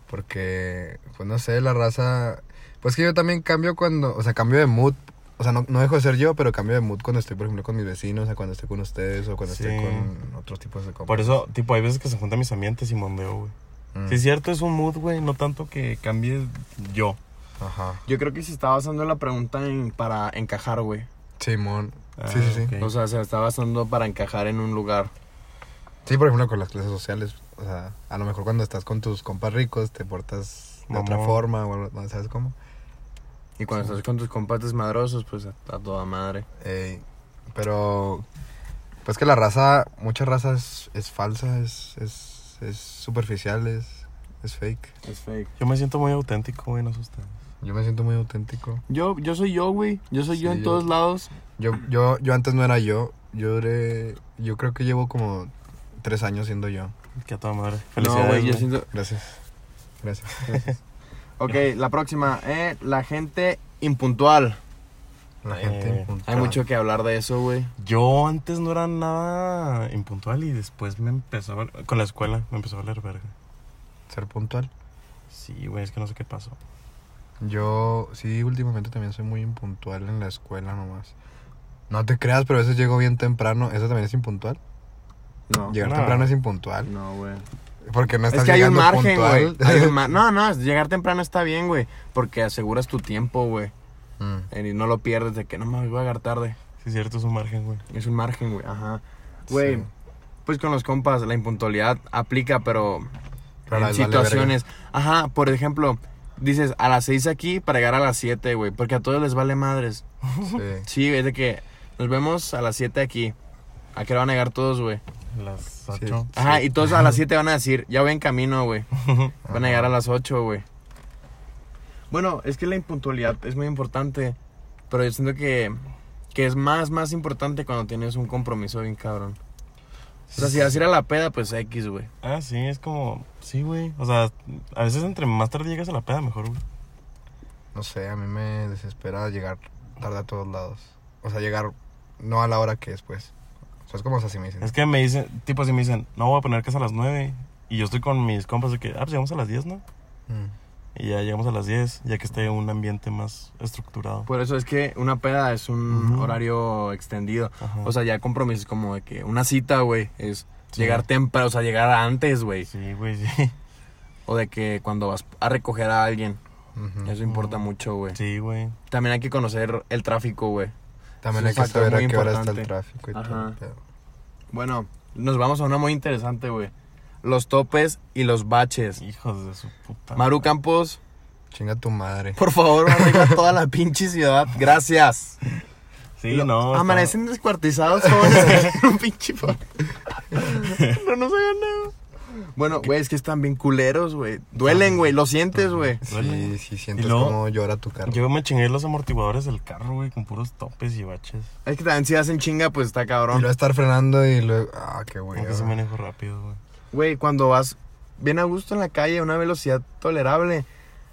S3: Porque, pues no sé, la raza. Pues que yo también cambio cuando. O sea, cambio de mood. O sea, no, no dejo de ser yo, pero cambio de mood cuando estoy, por ejemplo, con mis vecinos, o sea, cuando estoy con ustedes o cuando
S1: Sí.
S3: estoy con otros tipos de compas.
S1: Por eso, tipo, hay veces que se juntan mis ambientes y mondeo, güey.
S3: Mm,
S1: Sí, es cierto, es un mood, güey. No tanto que cambie yo.
S3: Mm, Ajá.
S2: Yo creo que se está basando la pregunta en, para encajar, güey.
S3: Simón.
S1: Ah,
S3: sí, sí, sí.
S1: ok.
S2: O sea, se está basando para encajar en un lugar.
S3: Sí, por ejemplo, con las clases sociales. O sea, a lo mejor cuando estás con tus compas ricos te portas de otra
S1: Mamón.
S3: forma o algo- no sabes cómo.
S2: Y cuando estás con tus compas madrosos, pues a, a toda madre.
S3: Ey, pero pues que la raza, mucha raza es, es falsa, es, es, es superficial, es, es fake.
S2: Es fake.
S1: Yo me siento muy auténtico, güey, no sé ustedes.
S3: Yo me siento muy auténtico.
S2: Yo, yo soy yo, güey. Yo soy yo
S3: Sí,
S2: en
S3: yo-
S2: todos lados.
S3: Yo, yo, yo antes no era yo, yo duré, yo creo que llevo como tres años siendo yo.
S1: Que a toda madre.
S2: No,
S1: Felicidades.
S2: güey, yo
S1: güey.
S2: siento...
S3: Gracias. Gracias.
S2: Ok, la próxima. Eh, la gente impuntual. Ah.
S3: La
S1: Eh,
S3: gente.
S2: Hay
S3: impuntual.
S2: mucho que hablar de eso, güey.
S1: Yo antes no era nada impuntual y después me empezó a valer- Con la escuela me empezó a valer verga.
S3: Ser puntual.
S1: Sí, güey, es que no sé qué pasó.
S3: Yo, sí, últimamente también soy muy impuntual en la escuela nomás. No te creas, pero a veces llego bien temprano. ¿Eso también es impuntual?
S2: No.
S3: Llegar
S1: No.
S3: temprano es impuntual.
S2: No, güey.
S3: Porque no estás
S2: Es que hay un
S3: llegando
S2: margen, güey.
S3: puntual. <laughs>
S2: Hay <laughs> un mar- No, no, llegar temprano está bien, güey. Porque aseguras tu tiempo, güey. eh,
S3: Mm.
S2: Y no lo pierdes de que no me voy a llegar tarde.
S1: Sí, es cierto, es un margen, güey.
S2: Es un margen, güey. Ajá. Güey,
S3: Sí.
S2: pues con los compas la impuntualidad aplica, pero,
S3: Pero
S2: en
S3: las vale
S2: situaciones. Ajá, por ejemplo, dices a las 6 aquí para llegar a las 7, güey. Porque a todos les vale madres. <laughs>
S3: Sí.
S2: Sí, es de que nos vemos a las 7 aquí. ¿A qué le van a llegar todos, güey?
S1: Las ocho.
S3: Ah,
S2: Ajá, y todos a las 7 van a decir, ya voy en
S1: <laughs>
S2: camino, güey. Van a llegar a las 8, güey. Bueno, es que la impuntualidad es muy importante. Pero yo siento que, que es más, más importante cuando tienes un compromiso bien cabrón. O sea, si vas a ir a la peda, pues X, güey.
S1: Ah, sí, es como. Sí, güey. O sea, a veces entre más tarde llegas a la peda, mejor, güey.
S3: No sé, a mí me desespera llegar tarde a todos lados. O sea, llegar no a la hora que es, pues. O sea, es como o sea, si me dicen.
S1: Es que me dicen, tipo, si me dicen, no voy a poner casa a las 9. Y yo estoy con mis compas de que, ah, pues llegamos a las 10, ¿no?
S3: Mm.
S1: Y ya llegamos a las 10, ya que esté un ambiente más estructurado.
S2: Por eso es que una peda es un
S1: Ujú.
S2: horario extendido.
S1: Ajá.
S2: O sea, ya compromisos como de que una cita, güey, es
S1: Sí.
S2: llegar temprano, o sea, llegar antes, güey.
S1: Sí, güey,
S2: <laughs>
S1: sí.
S2: O de que cuando vas a recoger a alguien.
S3: Ujú.
S2: Eso importa mucho, güey.
S1: Sí, güey.
S2: También hay que conocer el tráfico, güey.
S3: También
S2: es
S3: hay
S2: un
S3: que
S2: factor
S3: saber a
S2: muy
S3: qué hora está
S2: importante.
S3: el tráfico y todo. el
S2: Ajá.
S3: pedo.
S2: Bueno, nos vamos a una muy interesante, güey. Los topes y los baches.
S1: Hijos de su puta.
S2: Maru Campos,
S3: Chinga tu
S2: <laughs>
S3: madre.
S2: por
S1: <laughs>
S2: favor, arregla toda la pinche ciudad. Gracias.
S1: Sí,
S2: Lo-
S1: no. está- <laughs>
S2: Amanecen descuartizados jóvenes que tienen un pinche po- No nos hagan nada. Bueno, güey, es que están bien culeros, güey. Duelen, güey, lo sientes, güey.
S1: Duele.
S3: Sí, sí, sientes
S1: Y luego-
S3: cómo llora tu carro.
S1: Yo me chingué los amortiguadores del carro, güey, con puros topes y baches.
S2: Es que también si hacen chinga, pues está
S3: Y
S2: cabrón.
S3: luego estar frenando y luego. Ah, qué
S1: Como
S3: güey.
S1: que se manejo rápido, güey.
S2: Güey, cuando vas bien a gusto en la calle a una velocidad tolerable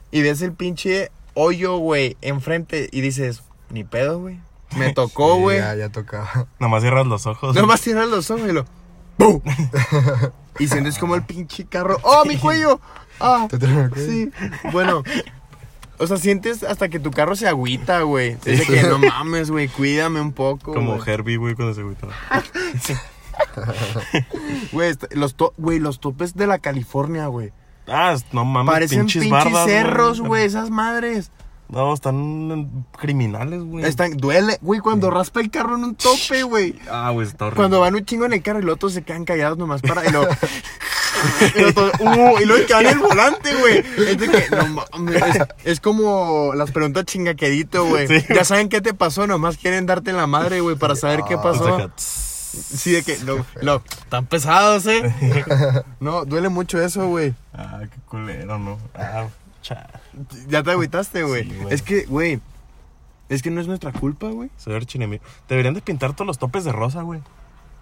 S2: y ves el pinche hoyo, güey, enfrente y dices, ni pedo, güey.
S1: <laughs>
S2: Me tocó, güey.
S3: Ya, ya tocaba. <laughs>
S1: Nada más cierras los ojos.
S2: <laughs> Nomás cierras los ojos y lo... ¡Bum! <laughs> y sientes como el pinche carro... ¡Oh, mi cuello!
S1: <laughs>
S2: ¡Ah!
S3: ¿Te tengo que-
S2: Sí, bueno. O sea, sientes hasta que tu carro se agüita, güey. Dice
S1: <laughs>
S2: que no mames, güey, cuídame un poco.
S1: Como
S2: güey.
S1: Herbie, güey, cuando se agüitaba.
S2: Güey, est- los, to- güey, los topes de la California, güey.
S1: Ah, no mames,
S2: Parecen pinches,
S1: bardas,
S2: cerros, güey, esas madres.
S1: No, están criminales, güey.
S2: Están, duele, güey, cuando raspa el carro en un tope, güey.
S1: Ah, güey, está horrible.
S2: Cuando van un chingo en el carro y los otros se quedan callados nomás para.
S1: <laughs>
S2: Y luego. y los otros, uh, y luego quedan en el volante, güey. Es, de que, no mames, es- es como las preguntas chingaquedito, güey.
S1: Sí.
S2: Ya saben qué te pasó, nomás quieren darte en la madre, güey, para saber qué
S1: Entonces
S2: pasó.
S1: acá, tss.
S2: Sí, de que. No, no, están pesados, ¿eh? No, duele mucho eso, güey.
S1: Ah, qué culero, ¿no? Ah, cha.
S2: Ya te agüitaste, güey.
S1: Sí, güey.
S2: es que, güey. Es que no es nuestra culpa, güey.
S1: Soy archienemigo. Deberían de pintar todos los topes de rosa, güey.
S3: <laughs>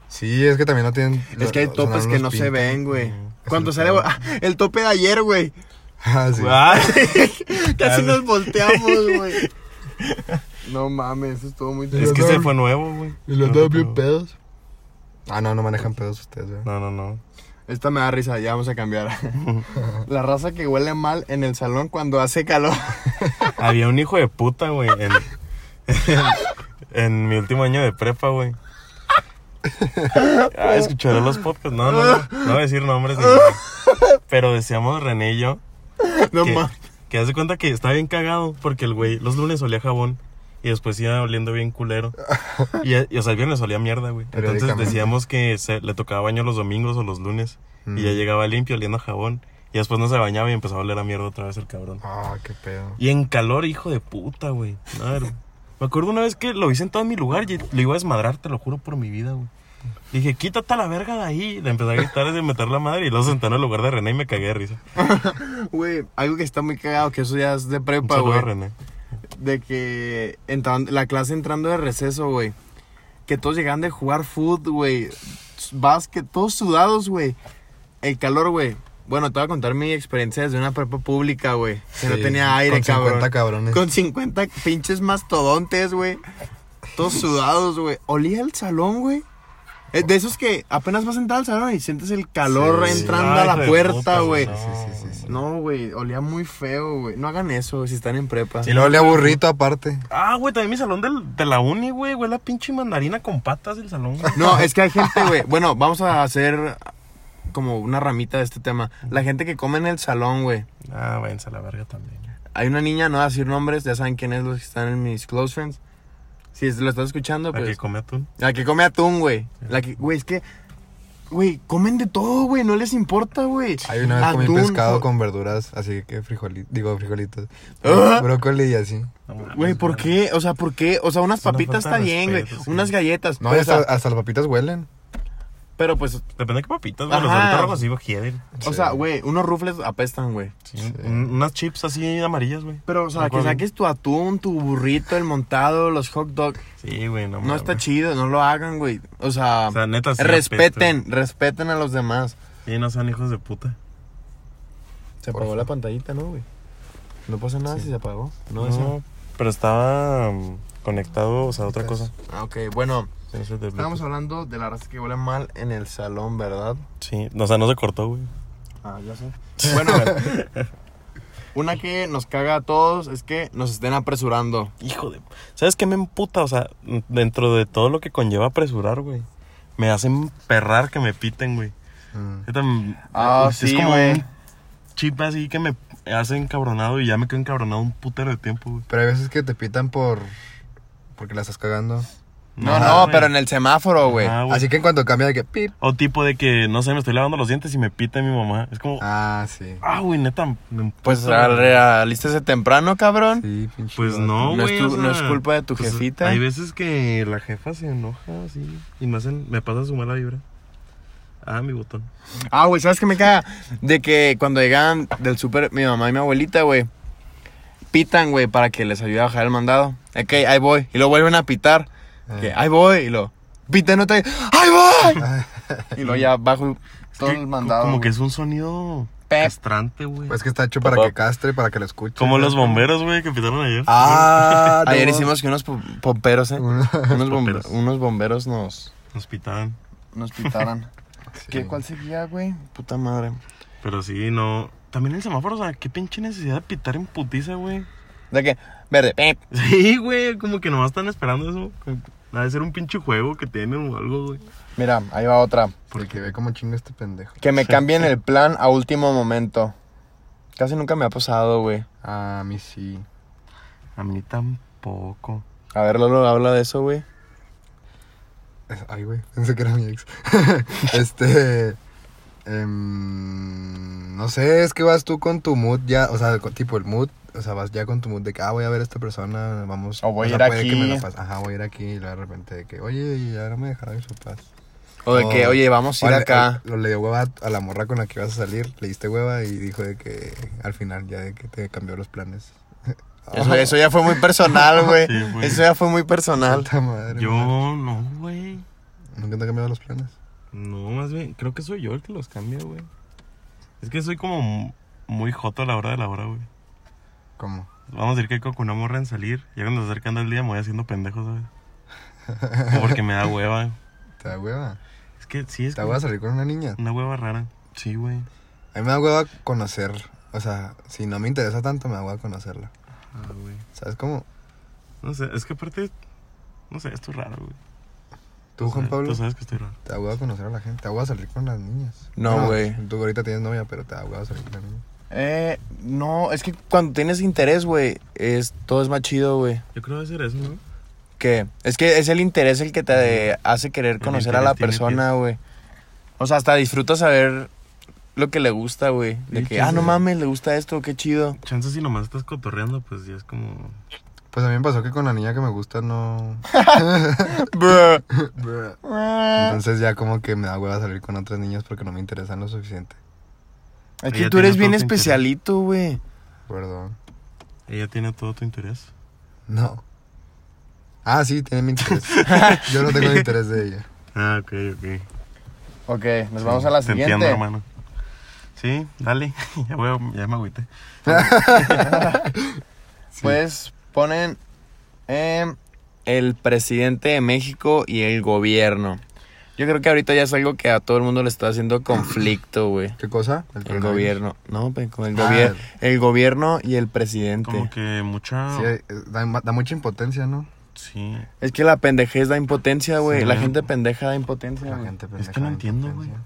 S3: Sí, es que también no tienen.
S2: Es que hay
S3: o sea,
S2: topes que
S3: los
S2: no se
S3: pintan.
S2: ven, güey.
S1: Ujú.
S2: Cuando
S3: Es
S2: sale.
S3: el pedo.
S2: ah, el tope de ayer, güey.
S3: <laughs> Ah, sí.
S1: <laughs>
S3: <laughs>
S1: Ah,
S2: Casi
S1: Claro.
S2: nos volteamos, güey. No mames, eso estuvo muy
S1: es que
S3: los
S1: ese
S3: dos-
S1: fue nuevo, güey.
S3: Y los
S1: No, pero-
S3: dos bien pedos. Ah, no, no manejan pedos ustedes, ¿eh? ¿verdad?
S1: No, no, no.
S2: Esta me da risa, ya vamos a cambiar. <laughs> La raza que huele mal en el salón cuando hace calor. <laughs>
S1: Había un hijo de puta, güey. En, en mi último año de prepa, güey. Ah, escucharé los podcasts. No, no, no. No voy a decir nombres. ni nada. Pero decíamos René y yo
S2: No
S1: que,
S2: mames.
S1: que hace cuenta que estaba bien cagado porque el güey los lunes olía jabón y después iba oliendo bien
S3: <laughs>
S1: culero. Y, eh, y, o sea, el viernes olía mierda, güey. Entonces
S3: Periódicamente.
S1: decíamos que se- le tocaba baño los domingos o los lunes y ya
S3: Mm.
S1: llegaba limpio oliendo a jabón. Y después no se bañaba y empezaba a oler a mierda otra vez el cabrón.
S3: Ah, qué pedo.
S1: Y en calor, hijo de puta, güey. No, era- Me acuerdo una vez que lo vi sentado en mi lugar y le iba a desmadrar, te lo juro por mi vida, güey. Dije, quítate a la verga de ahí. Le empecé a gritar y meter la madre y luego sentaron en el lugar de René y me cagué de risa.
S2: Güey, algo que está muy cagado, que eso ya es de
S1: Un
S2: prepa,
S1: saludo a
S2: güey.
S1: René.
S2: De que entran- la clase entrando de receso, güey. Que todos llegaban de jugar food, güey. Básquet, todos sudados, güey. El calor, güey. Bueno, te voy a contar mi experiencia desde una prepa pública, güey. Que no
S3: Sí,
S2: tenía aire,
S3: con
S2: cabrón.
S3: 50 cabrones.
S2: Con 50 pinches mastodontes, güey. Todos sudados, güey. Olía el salón, güey. Eh, De esos que apenas vas a entrar al salón y sientes el calor
S3: Sí, sí.
S2: entrando
S1: Ay,
S2: a
S1: hijo
S2: la
S1: de
S2: puerta,
S1: puta,
S2: güey.
S1: no.
S3: Sí, sí, sí, sí.
S2: No, güey, olía muy feo, güey. No hagan eso si están en prepa.
S3: Y luego le aburrito aparte.
S1: Ah, güey, también mi salón del- de la uni, güey, güey, la pinche mandarina con patas del salón.
S2: <laughs>
S1: güey.
S2: No, es que hay gente, güey. Bueno, vamos a hacer como una ramita de este tema. La gente que come en el salón, güey.
S1: Ah, váyanse a la verga también.
S2: Hay una niña, no voy a decir nombres, ya saben quién es los que están en mis close friends. Si es- lo estás escuchando,
S1: ¿A
S2: pues.
S1: que come atún?
S2: La que come atún, güey. La que, güey, es que, güey, comen de todo, güey, no les importa, güey.
S3: Hay una vez
S1: Ah,
S3: comí
S2: Atún,
S3: pescado
S2: jo-
S3: con verduras, así que frijolitos, digo frijolitos.
S2: Ah.
S3: Brócoli y así.
S1: No mames,
S2: Güey, ¿por qué? O sea, ¿por qué? O sea, unas
S1: Es una
S2: papitas
S1: falta
S2: está
S1: de
S2: bien, güey.
S1: respeto, sí.
S2: Unas galletas.
S3: No,
S2: pero,
S3: y
S2: o sea,
S3: Pues hasta, hasta las papitas huelen.
S2: pero pues,
S1: Depende de qué papitas, güey. Los
S2: Ajá.
S1: doritos rojos sí, güey, quieren.
S2: o
S3: Sí.
S2: sea, güey, unos rufles apestan, güey.
S1: Sí, un- Unas chips así amarillas, güey.
S2: Pero, o sea,
S1: Me
S2: que
S1: acuerdo.
S2: saques tu atún, tu burrito, el montado, los hot dogs.
S1: Sí, güey, no
S2: No está
S1: mames.
S2: chido, no lo hagan, güey. O sea,
S1: O sea, neta, sí
S2: respeten, respeten a los demás.
S1: Sí, no sean hijos de puta.
S2: Se
S3: Por
S2: apagó
S3: favor.
S2: la pantallita, ¿no, güey? No pasa nada
S1: Sí.
S2: si se apagó. No,
S1: No,
S2: esa.
S1: pero estaba mm, conectado, o sea, otra cosa.
S2: Ah, ok, bueno.
S1: Sí, no sé, de
S2: Estábamos
S1: Bluetooth.
S2: hablando de la raza que huele mal en el salón, ¿verdad?
S1: Sí, o sea, no se cortó, güey.
S2: Ah, ya sé. <laughs>
S1: <laughs>
S2: Bueno, una que nos caga a todos es que nos estén apresurando.
S1: Hijo de... ¿Sabes qué me emputa? O sea, dentro de todo lo que conlleva apresurar, güey. Me hacen perrar que me piten, güey.
S3: Mm.
S1: Neta, m-
S2: Ah,
S1: es
S2: sí,
S1: como
S2: güey.
S1: un chip así que me hace encabronado y ya me quedo encabronado un putero de tiempo, güey.
S3: Pero hay veces que te pitan por. porque la estás cagando.
S2: No,
S1: Ajá,
S2: no,
S1: güey.
S2: pero en el semáforo, güey.
S1: Ajá, güey.
S3: Así que en cuanto cambia de que pip.
S1: O tipo de que, no sé, me estoy lavando los dientes y me pita mi mamá. Es como,
S3: Ah, sí.
S1: ah, güey, neta. me emputa,
S2: Pues
S1: güey.
S2: realícese temprano, cabrón.
S3: Sí, pinche.
S1: Pues
S3: vato.
S1: no,
S2: No es
S1: güey.
S2: tu-
S1: o sea, pues,
S2: no es culpa de tu jefita.
S1: Hay veces que la jefa se enoja así y me, hacen, me pasa su mala vibra. Ah, mi botón.
S2: Ah, güey, ¿sabes qué me caga? De que cuando llegaban del súper mi mamá y mi abuelita, güey, pitan, güey, para que les ayude a bajar el mandado. Ok, ahí voy. Y lo vuelven a pitar. Que, ahí voy. Y lo pitan otra vez. ¡Ahí <laughs> voy! y luego ya bajo todo
S1: Es que
S2: el
S1: co-
S2: mandado.
S1: Como
S2: güey.
S1: que es un sonido
S2: Pep.
S1: castrante, güey.
S3: Pues que está hecho para que castre, para que lo escuche.
S1: como los bomberos, güey, que pitaron ayer. <laughs>
S3: Ah,
S2: Ayer
S3: no.
S2: hicimos que unos po- pomperos, ¿eh?
S3: Unos
S2: unos, bomberos.
S1: pomperos.
S2: unos bomberos nos,
S1: Nos pitaban.
S2: nos <laughs> pitaran.
S3: Sí.
S2: ¿Qué, ¿Cuál seguía, güey? Puta madre.
S1: Pero sí, no. También el semáforo, o sea, qué pinche necesidad de pitar en putiza, güey. <laughs>
S2: ¿De qué? Verde. pep.
S1: Sí, güey, como que nomás están esperando eso. como- Ha de ser un pinche juego que tienen o algo, güey.
S2: Mira, ahí va otra.
S3: Porque ve cómo chinga este pendejo.
S2: Que me cambien el plan a último momento. Casi nunca me ha pasado, güey.
S3: Ah, a mí sí.
S1: A mí tampoco.
S2: A ver, Lolo, habla de eso, güey.
S3: Es- Ay, güey, <laughs> pensé que era mi ex. este. em, no sé, es que vas tú con tu mood ya, o sea, con- tipo el mood, o sea, vas ya con tu mood de que, ah, voy a ver a esta persona, vamos.
S2: O voy a
S3: sea,
S2: ir
S3: puede que
S2: aquí.
S3: me la pas- Ajá, voy a ir aquí y luego de repente de que, oye, y ahora me dejaron mis papás.
S2: O de
S3: Oh.
S2: que, oye, vamos a Pues ir
S3: O le-
S1: eh,
S2: acá.
S3: o le dio hueva a la morra con la que ibas a salir, le diste hueva y dijo de que al final ya de que te cambió los planes. Ah,
S2: Eso,
S3: <laughs>
S2: eso ya fue muy personal, güey.
S1: Sí, güey.
S2: eso ya fue muy personal.
S3: Puta madre.
S1: Yo no, güey.
S3: Nunca te han cambiado los planes.
S1: No, más bien, creo que soy yo el que los cambia, güey. Es que soy como m- muy joto a la hora de la hora, güey.
S3: ¿Cómo?
S1: Vamos a decir que con una morra en salir. Ya cuando se acercando el día me voy haciendo pendejo, ¿sabes? Como Porque me da hueva.
S3: ¿Te da hueva?
S1: Es que sí, es
S3: ¿Te da
S1: como
S3: hueva salir con una niña?
S1: una hueva rara. Sí, güey.
S3: A mí me da hueva conocer. O sea, si no me interesa tanto, me da hueva conocerla.
S1: Ah, güey.
S3: ¿Sabes cómo?
S1: No sé, es que aparte. No sé, esto es raro, güey.
S3: Tú, Juan
S1: sabes-
S3: Pablo,
S1: Tú sabes que estoy raro.
S3: te da hueva conocer a la gente. Te da hueva salir con las niñas.
S2: No,
S3: Bueno,
S2: güey.
S3: Tú ahorita tienes novia, pero te da hueva salir con las niñas.
S2: Eh, no, es que cuando tienes interés, güey, es, todo es más chido, güey.
S1: Yo creo que debe ser eso, ¿no?
S2: ¿Qué? Es que es el interés el que te hace querer
S1: El
S2: conocer a la
S1: interés tiene
S2: persona, güey. O sea, hasta disfruta saber lo que le gusta, güey. De
S1: Sí,
S2: que,
S1: sí,
S2: ah, no
S1: sí.
S2: mames, le gusta esto, qué
S1: <laughs>
S2: chido.
S1: Chance si nomás estás cotorreando, pues ya es como.
S3: Pues a mí me pasó que con la niña que me gusta no.
S2: Bruh.
S3: Entonces ya como que me da hueva salir con otras niñas porque no me interesan lo suficiente.
S2: es
S1: Ya
S2: que tú eres
S1: tienes
S2: bien
S1: todo tu interés.
S2: especialito, güey.
S3: Perdón.
S1: Ella tiene todo tu interés.
S3: No. Ah, sí, tiene
S2: <laughs>
S3: mi interés. Yo no tengo el interés de ella.
S1: Ah, ok, ok.
S2: Ok, nos Pues vamos a la
S1: Te
S2: siguiente.
S1: entiendo, hermano. Sí, dale. <laughs> ya, voy, ya me agüité.
S2: Pues ponen eh, el presidente de México y el gobierno. Yo creo que ahorita ya es algo que a todo el mundo le está haciendo conflicto, güey.
S3: ¿Qué cosa? El,
S2: El
S3: coronavirus.
S2: gobierno. No, pe- con el,
S3: Ah.
S2: gobierno el gobierno y el presidente.
S1: Como que mucha.
S3: Sí, eh, da, da mucha impotencia, ¿no?
S1: Sí.
S2: Es que la pendejez da impotencia, güey.
S1: Sí.
S2: la gente pendeja da impotencia, güey.
S1: Es
S3: pendeja
S1: que no
S3: da
S1: entiendo, güey.
S3: impotencia.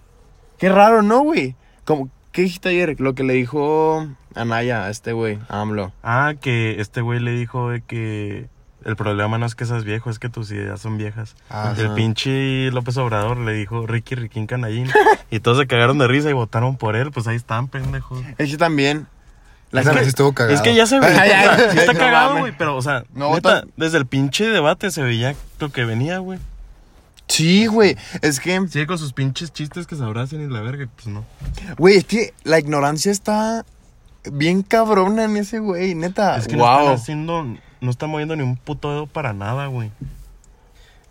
S2: Qué raro, ¿no, güey? Como, ¿qué dijiste ayer? Lo que le dijo Anaya a este güey, a AMLO.
S1: Ah, que este güey le dijo de que el problema no es que seas viejo, es que tus ideas son viejas.
S3: Ah,
S1: Y el
S2: Ajá.
S1: pinche López Obrador le dijo Ricky Riquín Canallín. <laughs> y todos se cagaron de risa y votaron por él. Pues ahí están, pendejos.
S2: Es que también... La
S3: Esa vez
S2: gente...
S3: estuvo cagada.
S1: Es que ya se
S3: <laughs>
S1: ve.
S2: Ay, ay,
S1: o sea, sí está
S2: no
S1: cagado,
S2: mames.
S1: güey. Pero, o sea,
S2: No,
S1: neta,
S2: tan-
S1: desde el pinche debate se veía lo que venía, güey.
S2: Sí, güey. Es que...
S1: Sigue con sus pinches chistes que se abracen y la verga. Pues no.
S2: Güey, es que la ignorancia está bien cabrona en ese güey, neta.
S1: Es que no
S2: wow.
S1: están haciendo. No están moviendo ni un puto dedo para nada, güey.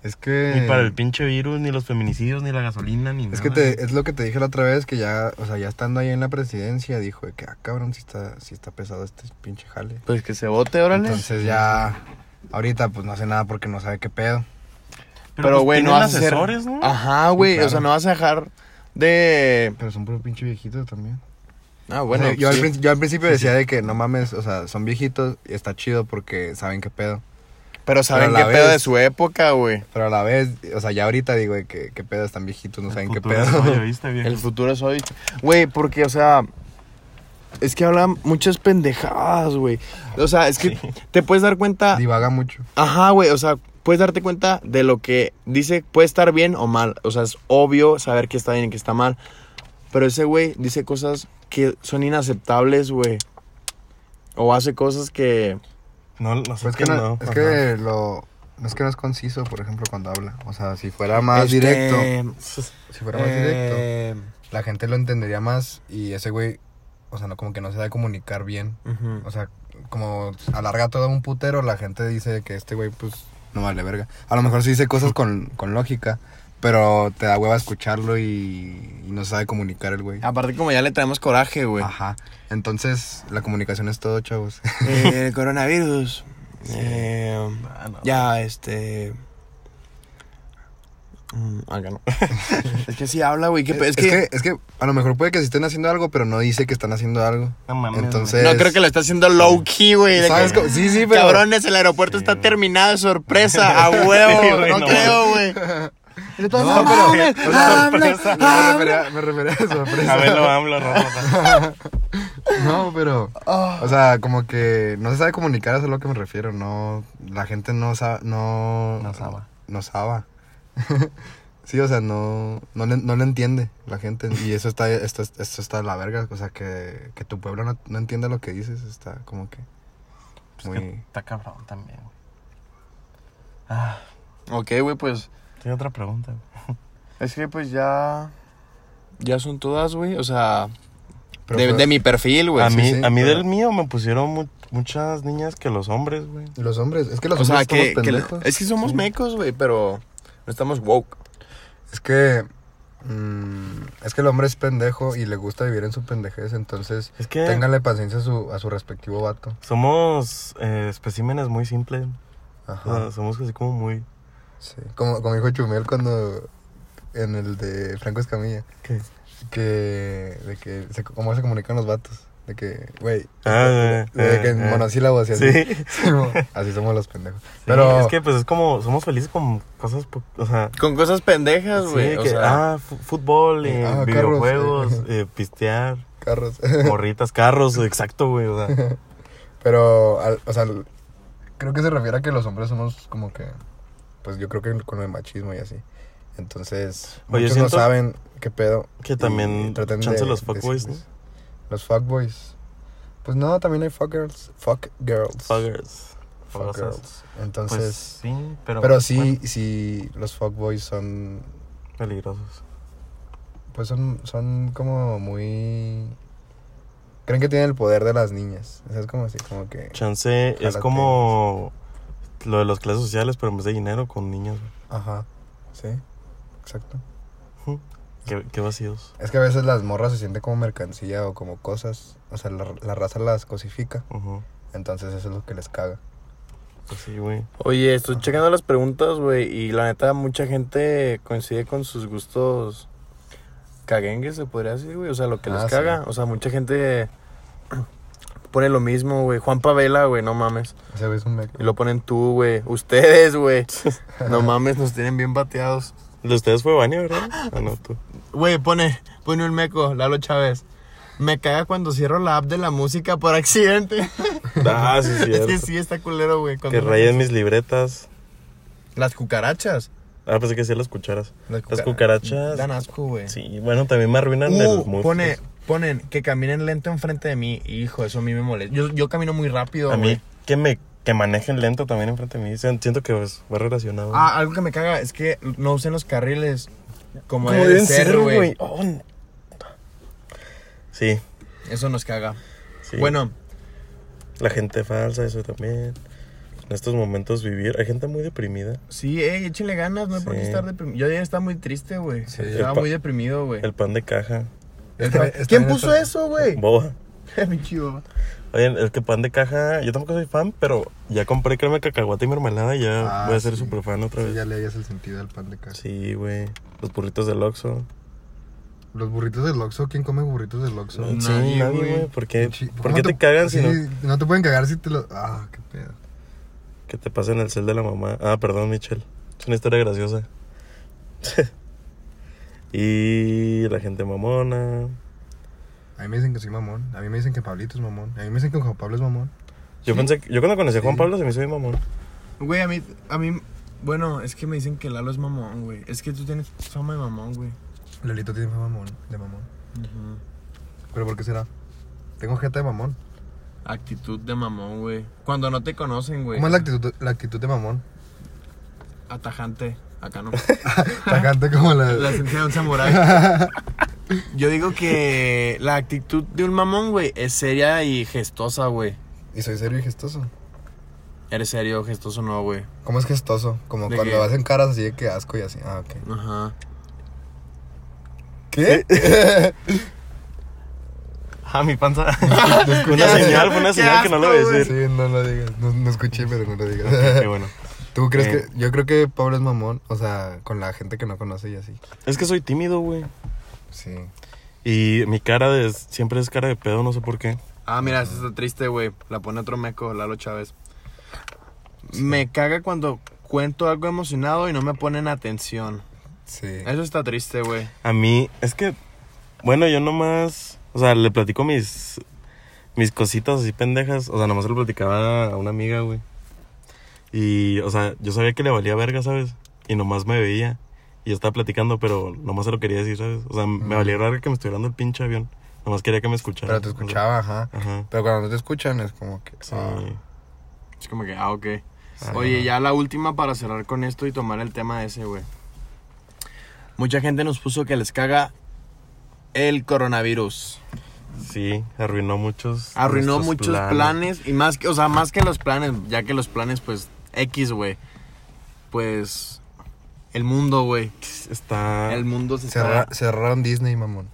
S3: Es que...
S1: Ni para el eh. pinche virus, ni los feminicidios, ni la gasolina, ni nada.
S3: Eh. Es que te, es lo que te dije la otra vez, que ya, o sea, ya estando ahí en la presidencia, dijo de que, ah, cabrón, si está, sí está pesado este pinche jale.
S2: Pues que se vote, órale.
S3: Entonces ya, ahorita pues no hace nada porque no sabe qué pedo.
S2: pero,
S1: pues,
S2: güey, no
S1: tienen
S2: vas a hacer-
S1: asesores, ¿no?
S3: Ah,
S2: Ajá, güey.
S3: Sí, claro.
S2: O sea, no vas a dejar de...
S3: Pero son puro pinche viejitos también.
S2: Ah,
S3: Bueno,
S2: bueno.
S3: yo, al
S2: sí.
S3: princi- yo al principio decía de que no mames, o sea, son viejitos y está chido porque saben qué pedo.
S2: Pero saben
S3: Pero a
S2: qué
S3: la
S2: pedo
S3: vez-
S2: de su época, güey.
S3: Pero a la vez, o sea, ya ahorita digo de que qué pedo, están viejitos, no
S1: El
S3: saben qué
S1: futuro
S3: pedo.
S1: es hoy, ¿viste, viejo?
S2: El futuro es hoy. Güey, porque, o sea, es que hablan muchas pendejadas, güey. O sea, es que te puedes dar cuenta.
S3: <laughs> Divaga mucho.
S2: Ajá, güey, o sea, puedes darte cuenta de lo que dice puede estar bien o mal. O sea, es obvio saber qué está bien y qué está mal. Pero ese güey dice cosas que son inaceptables, güey. O hace cosas que.
S1: No, no sé
S3: Pues es que,
S1: qué,
S3: no,
S1: no.
S3: es
S1: Ajá.
S3: que lo... No es que no es conciso, por ejemplo, cuando habla. O sea, si fuera más
S2: este,
S3: directo. Si fuera más directo.
S2: eh,
S3: la gente lo entendería más y ese güey, o sea, no, como que no se da comunicar bien.
S2: ujú.
S3: O sea, como alarga todo un putero, la gente dice que este güey, pues, no vale verga. A lo mejor sí dice cosas con, con lógica, pero te da hueva escucharlo y, y no sabe comunicar el güey.
S2: Aparte, como ya le traemos coraje, güey.
S3: Ajá. Entonces, la comunicación es todo, chavos.
S2: Eh, el
S3: <laughs>
S2: coronavirus. Eh,
S1: Ah, no.
S2: Ya, este. mm, acá no. <laughs> es que sí habla, güey. qué pe-
S3: es, que, es que a lo mejor puede que sí estén haciendo algo, pero no dice que están haciendo algo.
S1: No mames,
S3: Entonces-
S2: No, creo que lo está haciendo low key, güey. de
S3: ¿Sabes
S2: que,
S3: cómo? Sí, sí, pero.
S2: Cabrones, el aeropuerto
S1: Sí,
S2: está
S1: güey.
S2: terminado, sorpresa, a huevo.
S1: Sí, güey,
S2: no,
S1: no
S2: creo, güey. Y todos,
S3: No,
S2: Pues, "No
S3: pero- <laughs>
S2: mames,
S3: pero-
S1: sorpresa.
S2: habla,
S3: No, me
S2: habla".
S3: refería, me refería a
S1: güey.
S3: sorpresa.
S1: A ver, lo hablo,
S3: <laughs>
S1: Rafa.
S3: No, pero.
S2: Ah.
S3: O sea, como que no se sabe comunicar, eso es a lo que me refiero. No, la gente no sabe. No,
S1: No saba.
S3: No saba. <laughs> sí, o sea, no, no, le, no le entiende la gente. Y eso está, esto, esto está de la verga. O sea, que, que tu pueblo no, no entiende lo que dices. Está como que.
S1: Pues
S3: Muy.
S1: que está cabrón también, güey. Ah,
S2: Ok, güey, pues.
S1: tengo otra pregunta. güey.
S2: Es que pues ya. Ya son todas, güey. O sea,
S3: Pero
S2: de,
S3: fue-
S2: de mi perfil, güey.
S1: a
S2: sí,
S1: mí,
S2: sí.
S1: a mí
S3: Pues pero-
S1: del mío me pusieron mu- muchas niñas que los hombres, güey.
S3: Los hombres, es que los
S2: O sea,
S3: hombres
S2: que,
S3: somos
S2: que-
S3: pendejos.
S2: Es que somos mecos, güey, pero no estamos woke.
S3: Es que. mm, es que el hombre es pendejo y le gusta vivir en su pendejez, entonces
S1: Es que-
S3: ténganle paciencia a su, a su respectivo vato.
S1: Somos eh, especímenes muy simples.
S3: Ajá.
S1: O sea, somos así como muy.
S3: Sí. Como, como dijo Chumel cuando. En el de Franco Escamilla.
S1: ¿qué?
S3: Que. De que. Se, ¿Cómo se comunican los vatos? De que, güey.
S1: Ah,
S3: de, de que en
S1: eh, eh.
S3: monosílabos y así. <laughs>
S1: Sí.
S3: Simón, así somos los pendejos.
S1: Sí,
S3: Pero.
S1: es que pues es como, somos felices con cosas, po- o sea,
S2: Con cosas pendejas,
S1: sí,
S2: güey. o
S1: que,
S2: sea,
S1: ah, fu- fútbol, eh,
S3: Ah, carros,
S1: videojuegos,
S3: sí.
S1: eh, pistear,
S3: Carros.
S1: morritas, carros, exacto, güey, o
S3: <laughs>
S1: sea,
S3: Pero, al- o sea, l- creo que se refiere a que los hombres somos como que, pues yo creo que con el machismo y así. Entonces,
S1: Oye,
S3: muchos no
S1: siento
S3: saben qué pedo.
S1: que
S3: y
S1: también
S3: tratan
S1: chance
S3: de
S1: los fuckboys, ¿no?
S3: decirles. Los fuckboys. Pues no, también hay fuckgirls. Fuckgirls.
S1: Fuckers.
S3: Fuckgirls.
S1: Fuckers.
S3: Entonces,
S1: Pues sí, pero,
S3: pero sí,
S1: bueno,
S3: sí, los fuckboys son,
S1: peligrosos.
S3: pues son, son como muy... Creen que tienen el poder de las niñas. Es como así, como que...
S1: Chance es
S3: Jálate.
S1: como lo de las clases sociales, pero en vez de dinero con niños.
S3: Ajá. Sí, exacto.
S1: güey. Qué, qué vacíos.
S3: Es que a veces las morras se sienten como mercancía o como cosas. O sea, la, la raza las cosifica.
S1: Ujú.
S3: Entonces eso es lo que les caga.
S1: Pues sí, güey.
S2: Oye, estoy checando las preguntas, güey. Y la neta, mucha gente coincide con sus gustos caguengues, se podría decir, güey. O sea, lo que
S3: Ah,
S2: les
S3: sí.
S2: caga. O sea, mucha gente <clears throat> pone lo mismo, güey. Juan Pavela, güey, no mames.
S3: Ese güey es un meco.
S2: Y lo ponen tú, güey. Ustedes, güey.
S1: <laughs>
S2: No mames, nos tienen bien bateados.
S1: El de ustedes fue Vania, ¿verdad? Ah, no, tú.
S2: Güey, pone, pone un meco, Lalo Chávez. Me caga cuando cierro la app de la música por accidente.
S1: Ah, sí, <laughs> es
S2: <laughs> Es
S1: cierto.
S2: que sí está culero, güey. cuando-
S1: Que rayen mis libretas.
S2: Las cucarachas.
S1: Ah, pensé que sí las cucharas. Las
S2: cucara-
S1: cucarachas.
S2: Dan asco, güey.
S1: Sí, bueno, también me arruinan
S2: Uh,
S1: el mood.
S2: pone,
S1: pues.
S2: ponen que caminen lento enfrente de mí. Hijo, eso a mí me molesta. Yo, yo camino muy rápido,
S1: pues. A mí
S2: güey.
S1: que me que manejen lento también enfrente de mí. Sien- Siento que pues, va relacionado.
S2: Ah, algo que me caga es que no usen los carriles como,
S1: Como
S2: deben ser, güey.
S1: Oh, no. sí,
S2: Eso nos caga.
S1: sí.
S2: Bueno,
S1: La gente falsa, eso también. En estos momentos vivir. Hay gente muy deprimida.
S2: sí, eh, échenle ganas, no hay por qué
S1: Sí.
S2: estar deprimido. Yo ya estaba muy triste, güey.
S1: Sí.
S2: Estaba
S1: El pa-
S2: muy deprimido, güey.
S1: El pan de caja.
S2: El
S3: <laughs> Está-
S2: pa-
S3: está
S2: ¿Quién
S3: bien
S2: puso
S3: eso.
S2: eso, güey?
S1: Boba.
S2: <laughs> Mi chivo.
S1: Oigan, es que pan de caja. Yo tampoco soy fan, pero ya compré crema de cacahuate y mermelada. Y ya
S3: Ah,
S1: voy a ser
S3: sí.
S1: súper fan otra
S3: Sí, ya
S1: vez.
S3: le hallas el sentido al pan de caja.
S1: Sí, güey. Los burritos del Oxxo.
S3: Los burritos del Oxxo, ¿quién come burritos del Oxxo?
S1: Sí,
S2: Nadie,
S1: nadie,
S2: güey.
S1: güey. ¿Por Mm, qué,
S3: Chi-
S1: ¿por qué
S3: ¿cómo
S1: te cagan si
S3: sí,
S1: no
S3: no te pueden cagar si te lo... Ah, qué pedo.
S1: Que te pasen el cel de la mamá. Ah, perdón, Michelle. Es una historia graciosa. <laughs> y la gente mamona.
S3: A mí me dicen que soy mamón. A mí me dicen que Pablito es mamón. A mí me dicen que Juan Pablo es mamón.
S1: Yo pensé que- yo cuando conocí a Juan
S3: Sí.
S1: Pablo se me hizo bien mamón.
S2: Güey, a mí, a mí, bueno, es que me dicen que Lalo es mamón, güey. Es que tú tienes fama de mamón, güey.
S3: Lolito tiene fama de mamón, de mamón. ¿Pero por qué será? Tengo jeta de mamón.
S2: Actitud de mamón, güey. Cuando no te conocen, güey.
S3: ¿Cómo es la actitud, la actitud de mamón? <laughs>
S2: Atajante. Acá no.
S3: Tajante como la...
S2: La esencia de un samurái. Yo digo que la actitud de un mamón, güey, es seria y gestosa, güey.
S3: Y soy serio y gestoso.
S2: Eres serio, gestoso no, güey.
S3: ¿Cómo es gestoso? Como
S2: ¿De
S3: cuando
S2: qué?
S3: hacen caras así de que asco y así. Ah, ok.
S2: Ajá.
S3: ¿Qué?
S1: Ah, mi
S3: <laughs>
S1: panza. una señal, fue una
S2: Qué
S1: señal que no lo
S2: asco,
S1: voy a
S2: güey.
S1: decir.
S3: sí, no lo digas. No, no escuché, pero no lo
S1: Qué
S3: digas.
S1: bueno.
S3: <laughs> ¿Tú crees
S1: Eh.
S3: que...? Yo creo que Pablo es mamón. O sea, con la gente que no conoce y así.
S1: Es que soy tímido, güey.
S3: Sí.
S1: Y mi cara de, siempre es cara de pedo, no sé por qué.
S2: Ah, mira, esa está triste, güey. La pone otro meco, Lalo Chávez. Me caga cuando cuento algo emocionado y no me ponen atención.
S3: Sí.
S2: Eso está triste, güey.
S1: A mí, es que, bueno, yo nomás, o sea, le platico mis, mis cositas así pendejas, o sea, nomás se lo platicaba a una amiga, güey. Y, o sea, yo sabía que le valía verga, ¿sabes? Y nomás me veía. Y yo estaba platicando, pero nomás se lo quería decir, ¿sabes? O sea, me valía verga que me estuviera dando el pinche avión. Nomás quería que me escuchara.
S3: Pero te
S1: o sea,
S3: escuchaba, ajá.
S1: ajá.
S3: Pero cuando no te escuchan es como que...
S1: Sí.
S3: ah.
S2: Es como que, ah, ok.
S1: Sí.
S2: Oye, ya la última para cerrar con esto y tomar el tema ese, güey. Mucha gente nos puso que les caga el coronavirus.
S1: Sí, arruinó muchos.
S2: Arruinó
S1: nuestros
S2: muchos planes. y más que, o sea, más que los planes, ya que los planes, pues, X, güey. Pues, El mundo, güey.
S1: Está
S2: El mundo se
S3: Cerra-
S2: está...
S3: cerraron Disney, mamón.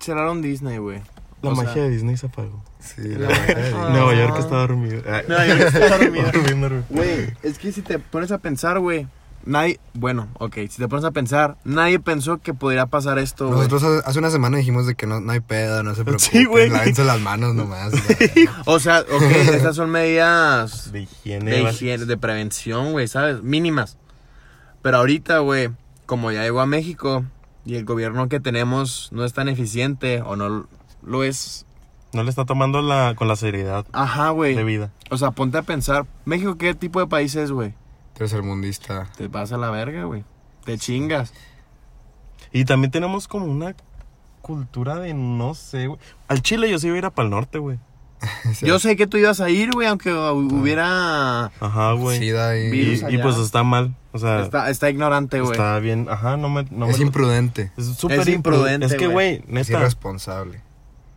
S2: Cerraron Disney, güey.
S1: la
S2: O sea,
S1: magia de Disney se apagó.
S3: Sí,
S2: la
S3: <laughs> la
S2: verdad.
S1: <laughs>
S2: Ah.
S1: Nueva York está dormido.
S2: Nueva York
S1: <laughs>
S2: está dormido.
S1: Durmiendo, güey.
S2: Güey, es que si te pones a pensar, güey, nadie... Bueno, ok, si te pones a pensar, nadie pensó que podría pasar esto, güey.
S3: Nosotros hace- hace una semana dijimos de que no, no hay pedo, no se preocupen.
S1: Sí, güey.
S3: Lávense las manos nomás.
S2: O
S1: <laughs>
S2: sea, ok, estas son medidas
S1: De higiene.
S2: de,
S1: básica.
S2: higiene, de prevención, güey, ¿sabes? Mínimas. Pero ahorita, güey, como ya llegó a México y el gobierno que tenemos no es tan eficiente o no lo es...
S1: No le está tomando la, con la seriedad
S2: Ajá,
S1: de
S2: güey.
S1: vida.
S2: O sea, ponte a pensar, México, ¿qué tipo de país es, güey?
S3: Tercermundista.
S2: Te vas a la verga, güey. Te chingas.
S1: Y también tenemos como una cultura de no sé, güey. Al Chile yo sí iba a ir a Pal Norte, güey.
S3: Sí. <laughs>
S2: Yo sé que tú ibas a ir, güey, aunque
S1: Ah.
S2: hubiera...
S1: Ajá, güey.
S3: Sida y-
S1: y,
S2: virus
S1: y
S2: allá.
S1: pues está mal. O sea, está,
S2: Está, está ignorante, güey.
S1: bien. Ajá, no me. No
S3: es
S1: me
S3: imprudente.
S1: es súper
S2: Es
S1: impru-
S2: imprudente,
S1: Es que,
S2: güey.
S1: güey,
S3: Es
S1: neta,
S3: irresponsable.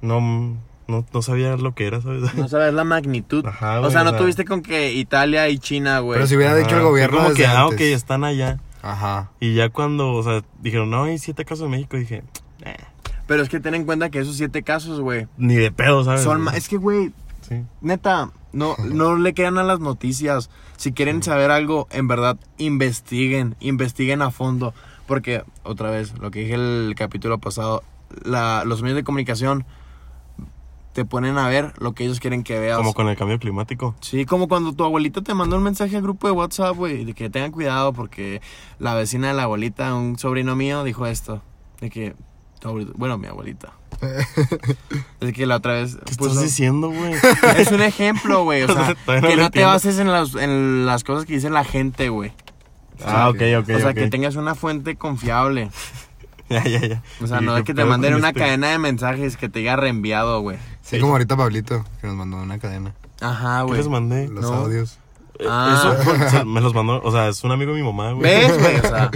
S1: no, no, no sabía lo que era, ¿sabes?
S2: No sabes la magnitud.
S1: Ajá,
S2: o
S1: güey,
S2: sea, no
S1: o sea-
S2: tuviste con que Italia y China, güey.
S3: Pero si hubiera dicho el
S1: Ajá,
S3: gobierno
S1: fue Como
S3: desde
S1: que, ah, ok,
S3: antes.
S1: están allá.
S3: Ajá.
S1: Y ya cuando, o sea, dijeron, no, hay siete casos en México, dije, eh,
S2: Pero es que ten en cuenta que esos siete casos, güey,
S1: ni de pedo, ¿sabes?
S2: son ma- Es que, güey,
S1: Sí.
S2: neta,
S1: <laughs>
S2: no, no le crean a las noticias. Si quieren saber algo, en verdad, investiguen, investiguen a fondo. Porque, otra vez, lo que dije el capítulo pasado, la- los medios de comunicación te ponen a ver lo que ellos quieren que veas.
S1: Como con el cambio climático.
S2: Sí, como cuando tu abuelita te mandó un mensaje al grupo de WhatsApp, güey, de que tengan cuidado porque la vecina de la abuelita, un sobrino mío, dijo esto. De que, tu abuelita- bueno, mi abuelita. De que la otra vez...
S1: ¿Qué
S2: puso-
S1: estás diciendo,
S2: <laughs>
S1: güey?
S2: Es un ejemplo, güey, <laughs> o sea,
S1: Todavía no lo
S2: que no te
S1: entiendo.
S2: bases en, las- en las cosas que dice la gente, güey.
S1: ah, ok, ok,
S2: o sea,
S1: ok.
S2: que tengas una fuente confiable.
S1: Ya, ya, ya.
S2: O sea,
S1: Y
S2: no
S1: dije,
S2: es que te
S1: pedo
S2: manden
S1: con
S2: una
S1: este-
S2: cadena de mensajes que te diga reenviado, güey.
S3: Sí, como ahorita Pablito, que nos mandó una cadena.
S2: Ajá,
S1: ¿Qué
S2: güey.
S1: les mandé?
S3: Los
S2: No.
S3: audios.
S2: Ah.
S1: Eso o sea, me los mandó, o sea, es un amigo de mi mamá, güey.
S2: ¿Ves, güey? O sea,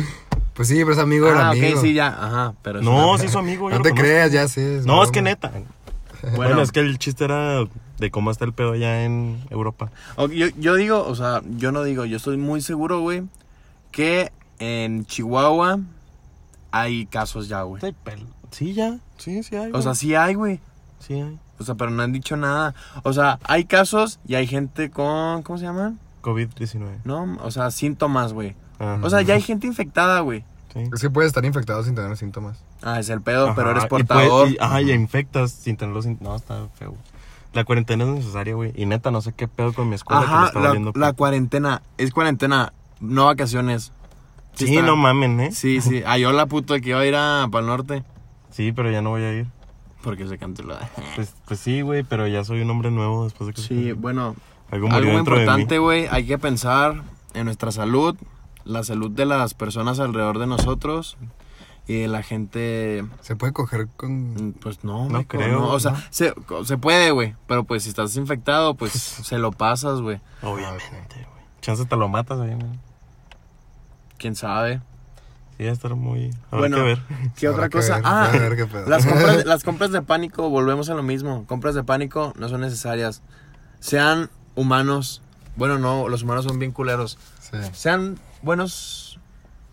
S3: Pues sí, pero es amigo del
S2: ah,
S3: amigo.
S2: ok, sí, ya. Ajá, pero... es
S1: No,
S2: una- <laughs>
S1: sí es su amigo, yo
S3: No
S1: lo
S3: te
S1: conozco.
S3: creas, ya sé.
S1: No, es
S3: broma.
S1: que neta. Bueno. es que el chiste era de cómo está el pedo allá en Europa.
S2: Ok, yo, yo digo, o sea, yo no digo, yo estoy muy seguro, güey, que en Chihuahua hay casos ya, güey.
S1: Sí, ya. Sí, sí hay.
S2: O
S1: güey.
S2: sea, sí hay, güey.
S1: sí hay.
S2: O sea, pero no han dicho nada. O sea, hay casos y hay gente con, ¿cómo se llama?
S1: COVID-19.
S2: No, o sea, síntomas, güey.
S1: Ah,
S2: O sea, ya hay gente infectada, güey.
S1: sí.
S3: Es que puedes estar infectado sin tener síntomas.
S2: Ah, es el pedo, pero
S1: Ajá,
S2: eres
S1: y puede-
S2: portador.
S1: y- ah, ajá, y infectas sin tenerlo. sin- No, está feo. La cuarentena es necesaria, güey. Y neta, no sé qué pedo con mi escuela que me
S2: Ajá,
S1: está
S2: la,
S1: valiendo.
S2: la
S1: pito.
S2: cuarentena. Es cuarentena, no vacaciones.
S1: Sí,
S2: está-
S1: no mamen, ¿eh? Sí.
S2: Sí, sí. Ay, hola, puto, que iba a ir a Pal Norte.
S1: pero ya no voy a ir.
S2: Porque
S1: <laughs>
S2: se canceló.
S1: Pues, pues sí, güey, pero ya soy un hombre nuevo después de que...
S2: Sí, bueno,
S1: Algo murió
S2: Algo
S1: dentro
S2: importante,
S1: de mí.
S2: güey, hay que pensar en nuestra salud, la salud de las personas alrededor de nosotros y de la gente,
S3: Se puede coger con.
S2: mm, pues no,
S1: No
S2: meco,
S1: creo,
S2: O sea,
S1: ¿no?
S2: se, se puede, güey, pero pues si estás infectado,
S3: <laughs>
S2: pues se lo pasas, güey.
S1: Obviamente, güey. Chance te lo matas ahí, ¿no?
S2: ¿Quién sabe?
S1: Sí, va a estar muy... Habrá
S2: Bueno.
S1: que ver.
S2: ¿Qué
S3: Habrá
S2: otra
S3: que
S2: cosa?
S3: ver,
S2: ah,
S3: habrá que ver qué pedo.
S2: las,
S3: <laughs>
S2: compras, las compras de pánico, volvemos a lo mismo. Compras de pánico no son necesarias. Sean humanos. Bueno, no, los humanos son bien culeros.
S3: Ah, Sí.
S2: sean buenos,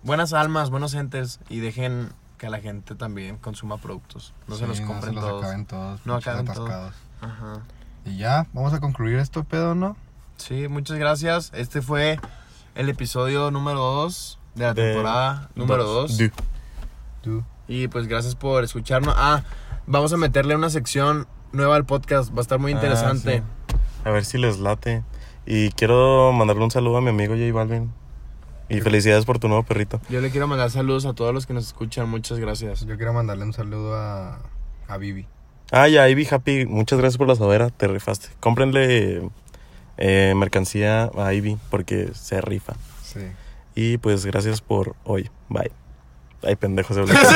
S2: buenas almas, buenos entes y dejen que la gente también consuma productos. No se
S3: Sí,
S2: los compren
S3: no se
S2: todos.
S3: Los acaben todos.
S2: No
S3: pinches
S2: acaben todos.
S3: atascados.
S2: Ajá.
S3: Y ya, vamos a concluir esto, pedo, ¿no?
S2: Sí, muchas gracias. Este fue el episodio número 2 de la
S1: De-
S2: temporada número 2.
S1: Du-
S3: Tú.
S2: Y pues gracias por escucharnos. Ah, vamos a meterle una sección nueva al podcast. Va a estar muy
S1: Ah,
S2: interesante.
S1: A ver si les late. Y quiero mandarle un saludo a mi amigo J Balvin. Y felicidades por tu nuevo perrito.
S2: Yo le quiero mandar saludos a todos los que nos escuchan. Muchas gracias.
S3: Pues Yo quiero mandarle un saludo a, a Vivi.
S1: Ah, ya, Ivy Happy, muchas gracias por la sudadera, te rifaste. Cómprenle eh, mercancía a Ivy porque se rifa.
S3: Sí.
S1: Y pues gracias por hoy. Bye. Ay, pendejo, se bloqueó.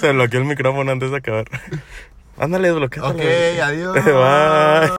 S1: se bloqueó el micrófono antes de acabar. Ándale, desbloquea.
S2: Ok, adiós.
S1: <laughs> Bye.